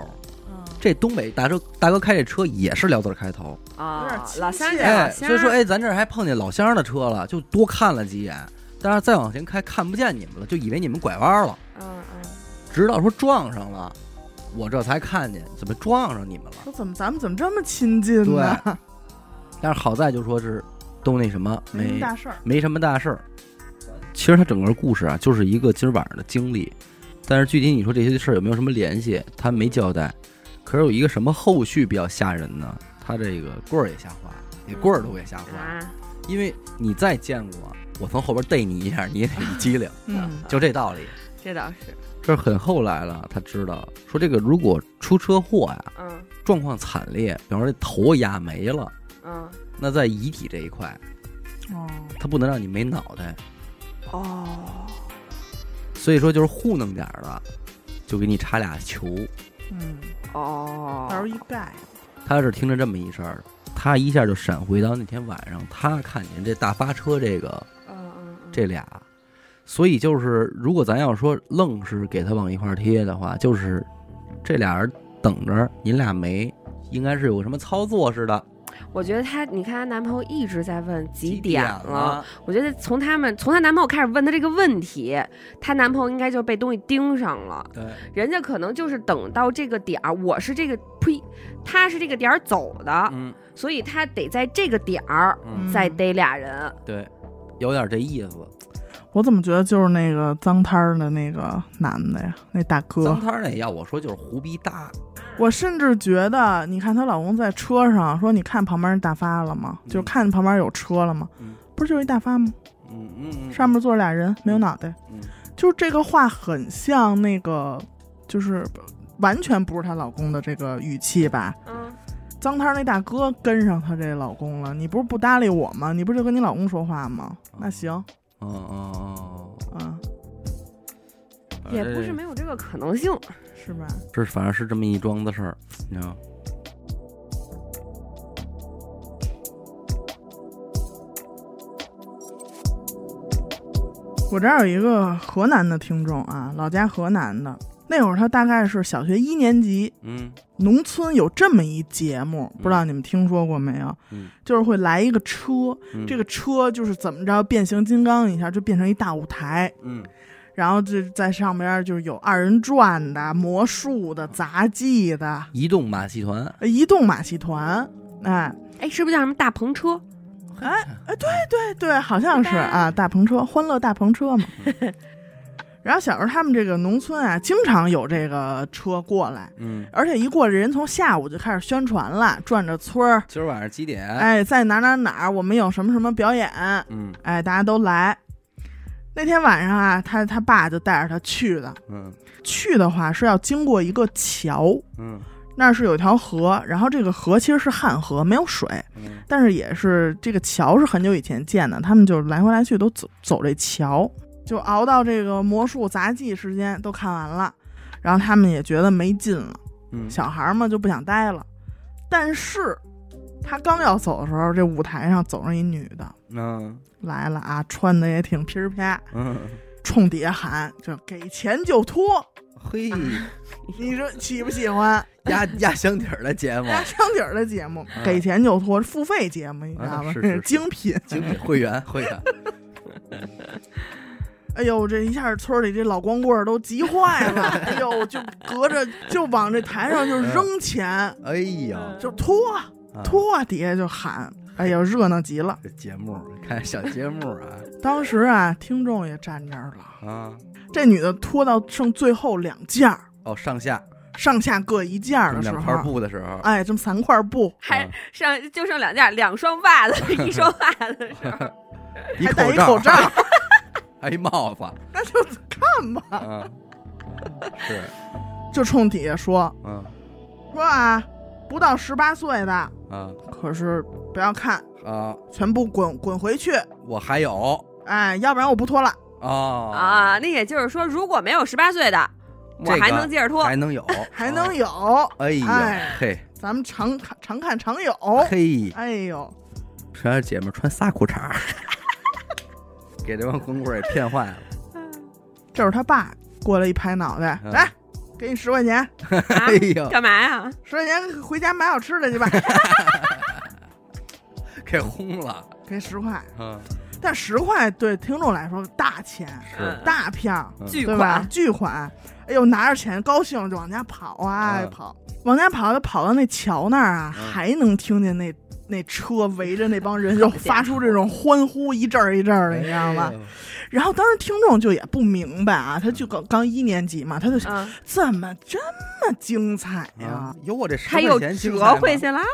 Speaker 2: 嗯
Speaker 1: 这东北大哥大哥开这车也是辽字儿开头，
Speaker 2: 有点
Speaker 3: 啊
Speaker 2: 亲，
Speaker 3: 老乡
Speaker 2: 切
Speaker 3: 儿
Speaker 2: 啊
Speaker 3: 老
Speaker 1: 哎，
Speaker 3: 乡
Speaker 1: 所以说，
Speaker 3: 儿
Speaker 1: 哎，咱这儿还碰见老乡儿的车了，就多看了几眼，但是再往前开看不见你们了，就以为你们拐弯了，
Speaker 3: 嗯嗯，
Speaker 1: 直到说撞上了，我这才看见怎么撞上你们了。
Speaker 2: 说怎么咱们怎么这么亲近呢？
Speaker 1: 对，但是好在就说是都那什么
Speaker 2: 没什么
Speaker 1: 没
Speaker 2: 大事儿，
Speaker 1: 没什么大事儿。其实他整个故事啊，就是一个今儿晚上的经历，但是具体你说这些事儿有没有什么联系，他没交代。可是有一个什么后续比较吓人呢？他这个棍儿也吓坏了，给棍儿都给吓坏了。
Speaker 3: 啊，
Speaker 1: 因为你再见我，我从后边逮你一下，你也得一激灵，
Speaker 2: 嗯
Speaker 1: 就这道理。
Speaker 3: 这倒是，
Speaker 1: 这是很后来了，他知道说这个如果出车祸呀，
Speaker 3: 嗯
Speaker 1: 状况惨烈，比方说这头压没了，
Speaker 3: 嗯，
Speaker 1: 那在遗体这一块，
Speaker 2: 哦，
Speaker 1: 他不能让你没脑袋，
Speaker 3: 哦，
Speaker 1: 所以说就是糊弄点儿的，就给你插俩球。
Speaker 2: 嗯，
Speaker 3: 哦，
Speaker 2: 到时候一盖，
Speaker 1: 他是听着这么一事儿，他一下就闪回到那天晚上，他看见这大巴车这个
Speaker 3: 嗯嗯嗯，
Speaker 1: 这俩，所以就是如果咱要说愣是给他往一块儿贴的话，就是这俩人等着，你俩没，应该是有什么操作似的，
Speaker 3: 我觉得她，你看她男朋友一直在问几
Speaker 1: 点
Speaker 3: 点了。？我觉得从他们从她男朋友开始问她这个问题，她男朋友应该就被东西盯上了。
Speaker 1: 对，
Speaker 3: 人家可能就是等到这个点儿，我是这个呸，他是这个点儿走的，
Speaker 1: 嗯
Speaker 3: 所以他得在这个点儿
Speaker 1: 嗯，
Speaker 3: 再逮俩人。
Speaker 1: 对，有点这意思。
Speaker 2: 我怎么觉得就是那个脏摊儿的那个男的呀，那大哥
Speaker 1: 张。摊儿那要我说就是胡逼大，
Speaker 2: 我甚至觉得，你看她老公在车上说：“你看旁边人大发了吗？
Speaker 1: 嗯
Speaker 2: 就是看旁边有车了吗？
Speaker 1: 嗯
Speaker 2: 不是就是一大发吗？
Speaker 1: 嗯嗯嗯，
Speaker 2: 上面坐着俩人，没有脑袋。
Speaker 1: 嗯
Speaker 2: 就是这个话很像那个，就是完全不是她老公的这个语气吧？
Speaker 3: 嗯
Speaker 2: 脏摊儿那大哥跟上她这老公了，你不是不搭理我吗？你不是就跟你老公说话吗？那行，
Speaker 1: 哦哦
Speaker 2: 啊，
Speaker 1: 哦，
Speaker 3: 也不是没有这个可能性。
Speaker 2: 是吧？
Speaker 1: 这反正是这么一桩子事儿，你知道吗？
Speaker 2: 我这儿有一个河南的听众啊，老家河南的，那会儿他大概是小学一年级，
Speaker 1: 嗯
Speaker 2: 农村有这么一节目，不知道你们听说过没有？
Speaker 1: 嗯，
Speaker 2: 就是会来一个车，
Speaker 1: 嗯
Speaker 2: 这个车就是怎么着变形金刚一下就变成一大舞台，
Speaker 1: 嗯
Speaker 2: 然后这在上边就是有二人转的、魔术的、杂技的、
Speaker 1: 移动马戏团，
Speaker 2: 呃移动马戏团，哎
Speaker 3: 哎，是不是叫什么大篷
Speaker 1: 啊
Speaker 3: 车？
Speaker 2: 哎哎，对对对，好像是啊，大篷车，欢乐大篷车嘛。然后小时候他们这个农村啊，经常有这个车过来，
Speaker 1: 嗯，
Speaker 2: 而且一过来人从下午就开始宣传了，转着村儿，
Speaker 1: 今儿晚上几点？
Speaker 2: 哎，在哪哪哪儿我们有什么什么表演，
Speaker 1: 嗯
Speaker 2: 哎，大家都来。那天晚上啊，他他爸就带着他去的。
Speaker 1: 嗯
Speaker 2: 去的话是要经过一个桥，
Speaker 1: 嗯
Speaker 2: 那儿是有一条河，然后这个河其实是旱河，没有水，
Speaker 1: 嗯
Speaker 2: 但是也是这个桥是很久以前建的，他们就来回来去都走走这桥，就熬到这个魔术杂技时间都看完了，然后他们也觉得没劲了，
Speaker 1: 嗯，
Speaker 2: 小孩儿嘛就不想待了，但是他刚要走的时候，这舞台上走上一女的
Speaker 1: 嗯
Speaker 2: 来了啊，穿的也挺噼儿啪，
Speaker 1: 嗯，
Speaker 2: 冲底下喊就给钱就 脱，
Speaker 1: 嘿，
Speaker 2: 你说喜不喜欢？
Speaker 1: 压压箱底儿的节目，
Speaker 2: 压箱底儿的节目，
Speaker 1: 嗯
Speaker 2: 给钱就脱，付费节目，你知道吧？
Speaker 1: 啊是是是
Speaker 2: 精品。
Speaker 1: 经理会员会员，
Speaker 2: 哎呦，这一下村里这老光棍儿都急坏 了，哎呦，就隔着就往这台上就扔钱，
Speaker 1: 哎呀，
Speaker 2: 就脱
Speaker 1: 啊
Speaker 2: 脱，底下就喊，哎呦，热闹极了。
Speaker 1: 这节目看小节目啊
Speaker 2: 当时啊，听众也站这儿 了，
Speaker 1: 啊
Speaker 2: 这女的脱到剩最后两件儿，
Speaker 1: 哦，上下
Speaker 2: 上下各一件儿的时
Speaker 1: 两块
Speaker 2: 候，
Speaker 1: 布的时候，
Speaker 2: 哎，这么三块布，
Speaker 3: 还
Speaker 1: 啊
Speaker 3: 上就剩两件，两双 袜子，一双袜子的时候，
Speaker 1: 一
Speaker 2: 还戴一
Speaker 1: 口
Speaker 2: 口罩，儿，
Speaker 1: 还一帽子，
Speaker 2: 那就看吧，
Speaker 1: 啊，是，
Speaker 2: 就冲底下说
Speaker 1: 嗯
Speaker 2: 说啊，不到十八岁的。
Speaker 1: 啊
Speaker 2: 可是不要看，
Speaker 1: 啊，
Speaker 2: 全部滚滚回去，
Speaker 1: 我还有
Speaker 2: 哎，要不然我不脱了。
Speaker 1: 哦
Speaker 3: 啊，那也就是说，如果没有十八岁的，我
Speaker 1: 这个
Speaker 3: 还能接着啊脱。
Speaker 1: 还能有，
Speaker 2: 还能
Speaker 1: 有，
Speaker 2: 有，
Speaker 1: 哎呀
Speaker 2: 哎
Speaker 1: 嘿
Speaker 2: 咱们常看常看常有。
Speaker 1: 嘿，
Speaker 2: 哎呦，
Speaker 1: 全是姐们儿穿仨裤衩儿， 给这帮光棍儿也骗坏了。
Speaker 2: 这是他爸过来一拍脑袋，
Speaker 1: 嗯
Speaker 2: 来，给你十块钱，
Speaker 3: 啊
Speaker 1: 哎呦，
Speaker 3: 干嘛呀？
Speaker 2: 十块钱回家买好吃 的去吧，
Speaker 1: 给轰了。
Speaker 2: 给十块。
Speaker 1: 嗯，
Speaker 2: 但十块对听众来说大钱，
Speaker 1: 是
Speaker 2: 大票，
Speaker 1: 嗯
Speaker 3: 巨
Speaker 2: 对吧
Speaker 3: 款？，
Speaker 2: 巨款。哎呦，拿着钱高兴就往家跑啊，
Speaker 1: 嗯
Speaker 2: 跑，往家跑，就跑到那桥那儿啊，
Speaker 1: 嗯
Speaker 2: 还能听见那那车围着那帮人就发出这种欢呼，一阵儿一阵
Speaker 1: 哎
Speaker 2: 儿的，你知道吗？然后当时听众就也不明白啊，
Speaker 1: 嗯
Speaker 2: 他就刚刚一年级嘛，他就想
Speaker 3: 嗯，
Speaker 2: 怎么这么精彩
Speaker 1: 哎呦？
Speaker 2: 呀、
Speaker 1: 啊，有我这十
Speaker 3: 他
Speaker 1: 块
Speaker 3: 又
Speaker 1: 钱
Speaker 3: 折回
Speaker 1: 去。
Speaker 3: 去了。啊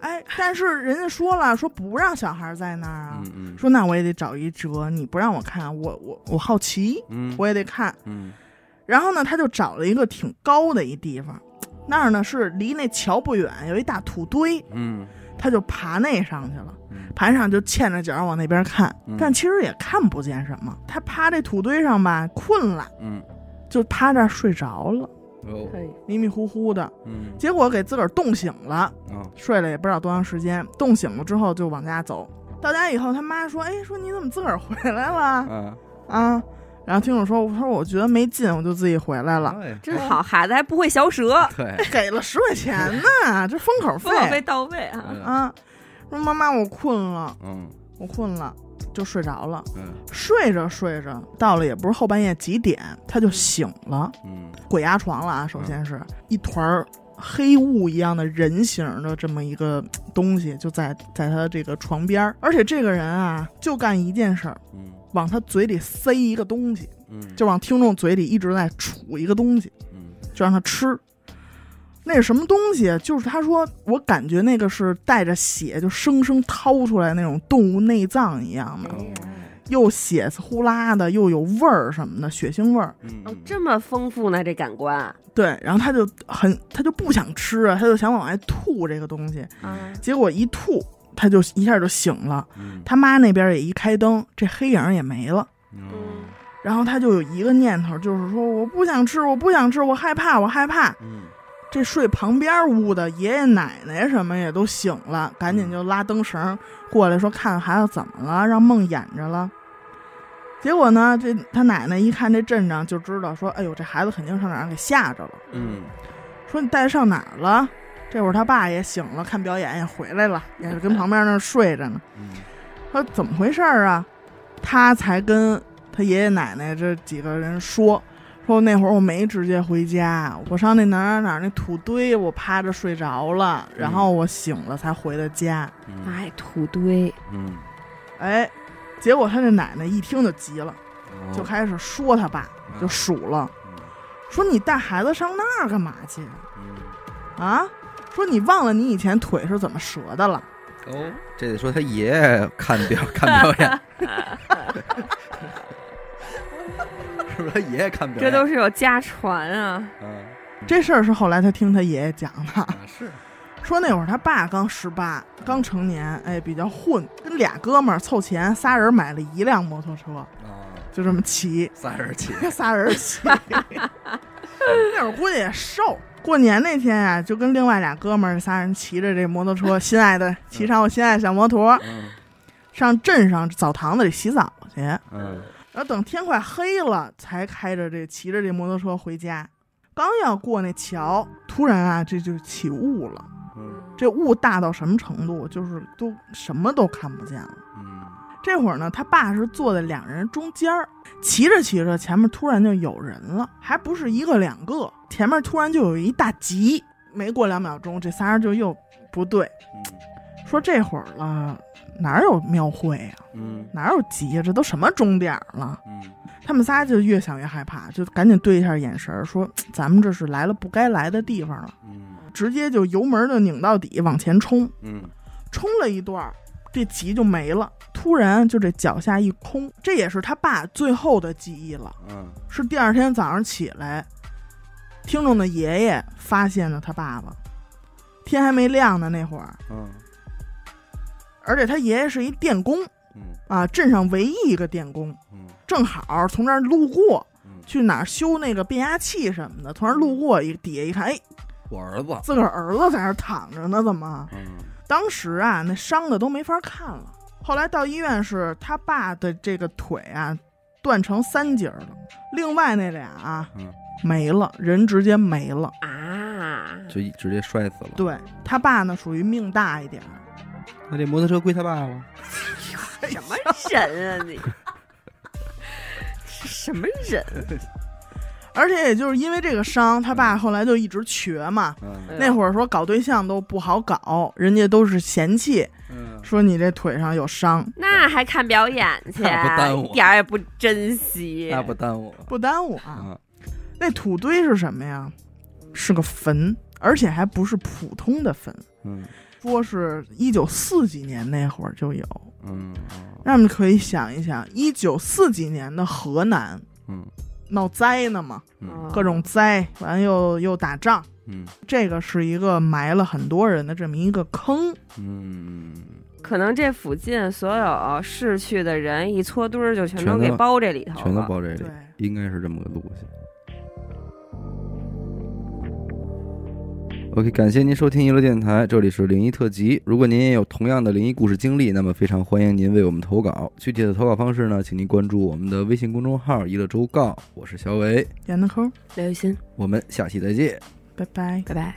Speaker 2: 哎，但是人家说了，说不让小孩在那儿啊，
Speaker 1: 嗯嗯
Speaker 2: 说那我也得找一辙，你不让我看，我我我好奇，
Speaker 1: 嗯，
Speaker 2: 我也得看。
Speaker 1: 嗯
Speaker 2: 然后呢，他就找了一个挺高的一地方，那儿呢是离那桥不远，有一大土堆，
Speaker 1: 嗯
Speaker 2: 他就爬那上去了
Speaker 1: 嗯。
Speaker 2: 盘上就欠着脚往那边看
Speaker 1: 嗯，
Speaker 2: 但其实也看不见什么。他趴这土堆上吧，困了，
Speaker 1: 嗯，
Speaker 2: 就趴这儿睡着了，
Speaker 1: 哦，
Speaker 2: 迷迷糊糊的。
Speaker 1: 嗯
Speaker 2: 结果给自个儿冻醒了，
Speaker 1: 哦，
Speaker 2: 睡了也不知道多长时间，冻醒了之后就往家走。到家以后，他妈说：“哎，说你怎么自个儿回来了
Speaker 1: 啊，
Speaker 2: 啊？”然后听我说：“我说我觉得没劲，我就自己回来了。哎
Speaker 1: 对
Speaker 3: 真好，孩子还不会嚼舌，
Speaker 1: 哎 对，
Speaker 2: 给了十块钱呢，这封口
Speaker 3: 服务费
Speaker 2: 费
Speaker 3: 到位啊！
Speaker 1: 嗯
Speaker 2: 啊！说妈妈，我困了，
Speaker 1: 嗯
Speaker 2: 我困了，就睡着了。
Speaker 1: 嗯
Speaker 2: 睡着睡着，到了也不是后半夜几点，他就醒了，
Speaker 1: 嗯
Speaker 2: 鬼压床了啊！首先是一团儿黑雾一样的人形的这么一个嘖东西，就在在他这个床边儿，而且这个人啊，就干一件事儿，
Speaker 1: 嗯
Speaker 2: 往他嘴里塞一个东西，
Speaker 1: 嗯，
Speaker 2: 就往听众嘴里一直在杵一个东西，
Speaker 1: 嗯
Speaker 2: 就让他吃。那是什么东西？就是他说，我感觉那个是带着血，就生生掏出来那种动物内脏一样
Speaker 1: 哎
Speaker 2: 的，又血丝呼啦的，又有味儿什么的，血腥味儿。
Speaker 1: 嗯
Speaker 3: 哦，这么丰富呢，这感官
Speaker 2: 对，然后他就很，他就不想吃啊，他就想往外吐这个东西，
Speaker 3: 啊！
Speaker 2: 结果一吐，他就一下就醒了。
Speaker 1: 嗯
Speaker 2: 他妈那边也一开灯，这黑影儿也没了。
Speaker 1: 嗯
Speaker 2: 然后他就有一个念头，就是说我不想吃，我不想吃，我害怕，我害怕。
Speaker 1: 嗯
Speaker 2: 这睡旁边屋的爷爷奶奶什么也都醒了，赶紧就拉灯绳过来说看孩子怎么了，让梦魇着了。结果呢，这他奶奶一看这阵仗就知道说，哎呦，这孩子肯定上哪儿给吓着了。
Speaker 1: 嗯
Speaker 2: 说你带上哪儿了？这会儿他爸也醒了，看表演也回来了，也是跟旁边那儿睡着呢。
Speaker 1: 嗯
Speaker 2: 说怎么回事儿啊？他才跟他爷爷奶奶这几个人说，说那会儿我没直接回家，我上那哪儿哪儿那土堆，我趴着睡着了，然后我醒了才回的家。
Speaker 1: 嗯
Speaker 3: 哎，土堆，
Speaker 1: 嗯，
Speaker 2: 哎，结果他这奶奶一听就急了，
Speaker 1: 哦
Speaker 2: 就开始说他爸，
Speaker 1: 嗯
Speaker 2: 就数了，说你带孩子上那儿干嘛去
Speaker 1: 嗯
Speaker 2: 啊？说你忘了你以前腿是怎么折的了？
Speaker 1: 哦，这得说他爷爷看表看表 演，是不是他爷爷看表
Speaker 3: 这
Speaker 1: 演？
Speaker 3: 都是有家传啊！
Speaker 1: 嗯
Speaker 2: 这事儿是后来他听他爷爷讲
Speaker 1: 啊
Speaker 2: 的，
Speaker 1: 是
Speaker 2: 说那会儿他爸刚十八，刚成年，哎，比较混，跟俩哥们儿凑钱，仨人买了一辆摩托车，
Speaker 1: 啊，
Speaker 2: 就这么骑，
Speaker 1: 三十起，
Speaker 2: 仨人骑。 那会儿估计也瘦。过年那天啊，就跟另外俩哥们儿仨人骑着这摩托车，心爱的骑上我心爱的小摩托，
Speaker 1: 嗯
Speaker 2: 上镇上澡堂子里洗澡去。
Speaker 1: 嗯
Speaker 2: 然后等天快黑了，才开着这骑着这摩托车回家。刚要过那桥，突然啊，这就起雾了。
Speaker 1: 嗯
Speaker 2: 这雾大到什么程度？就是都什么都看不见了。
Speaker 1: 嗯
Speaker 2: 这会儿呢，他爸是坐在两人中间儿，骑着骑着，前面突然就有人了，还不是一个两个，前面突然就有一大集。没过两秒钟，这仨人就又不对，说这会儿了，哪有庙会呀、
Speaker 1: 嗯
Speaker 2: 哪有集啊呀、这都什么钟点儿了？
Speaker 1: 嗯
Speaker 2: 他们仨就越想越害怕，就赶紧对一下眼神儿，说：“咱们这是来了不该来的地方了。
Speaker 1: 嗯”
Speaker 2: 直接就油门就拧到底，往前冲。
Speaker 1: 嗯
Speaker 2: 冲了一段儿，这集就没了。突然就这脚下一空，这也是他爸最后的记忆了。
Speaker 1: 嗯
Speaker 2: 是第二天早上起来，听众的爷爷发现了他爸爸，天还没亮呢那会儿，
Speaker 1: 嗯
Speaker 2: 而且他爷爷是一电工
Speaker 1: 嗯
Speaker 2: 啊，镇上唯一一个电工，
Speaker 1: 嗯
Speaker 2: 正好从这儿路过，
Speaker 1: 嗯，
Speaker 2: 去哪儿修那个变压器什么的，突然路过一底下一看，哎，
Speaker 1: 我儿子，
Speaker 2: 自个儿儿子在那儿躺着呢，怎么？
Speaker 1: 嗯
Speaker 2: 当时啊，那伤的都没法看了。后来到医院是他爸的这个腿啊断成三截儿了，另外那俩啊
Speaker 1: 嗯，
Speaker 2: 没了，人直接没了。
Speaker 3: 啊，
Speaker 1: 就一直接摔死了。
Speaker 2: 对他爸呢，属于命大一点儿，
Speaker 1: 那这摩托车归他爸了。哎
Speaker 3: 什么人 啊你？什么人？
Speaker 1: 啊
Speaker 2: 而且也就是因为这个伤，他爸后来就一直瘸嘛。
Speaker 1: 嗯
Speaker 3: 嗯
Speaker 2: 那会儿说搞对象都不好搞，人家都是嫌弃，
Speaker 1: 嗯
Speaker 2: 说你这腿上有伤，
Speaker 3: 那还看表演 去？
Speaker 1: 那不耽误
Speaker 3: 一点儿也不珍惜。
Speaker 1: 那不耽误。
Speaker 2: 不耽误啊。
Speaker 1: 啊，
Speaker 2: 那土堆是什么呀？是个坟，而且还不是普通的坟，
Speaker 1: 嗯
Speaker 2: 说是一九四几年那会儿就有。
Speaker 1: 嗯
Speaker 2: 那么可以想一想，一九四几年的河南
Speaker 1: 嗯
Speaker 2: 闹灾呢嘛，
Speaker 1: 嗯
Speaker 2: 各种灾，完又又打仗，
Speaker 1: 嗯
Speaker 2: 这个是一个埋了很多人的这么一个坑。
Speaker 1: 嗯，
Speaker 3: 可能这附近所有逝去的人一搓堆儿，就全
Speaker 1: 全
Speaker 3: 都
Speaker 1: 都
Speaker 3: 给包这里头了。
Speaker 1: 全都包这里
Speaker 2: 对，，
Speaker 1: 应该是这么个路线。OK，感谢您收听娱乐电台，这里是灵异特辑。如果您也有同样的灵异故事经历，那么非常欢迎您为我们投稿。具体的投稿方式呢，请您关注我们的微信公众号“娱乐周告”。我是小伟，
Speaker 2: 严的抠，
Speaker 3: 刘雨欣，
Speaker 1: 我们下期再见。
Speaker 2: 拜拜。
Speaker 3: 拜拜。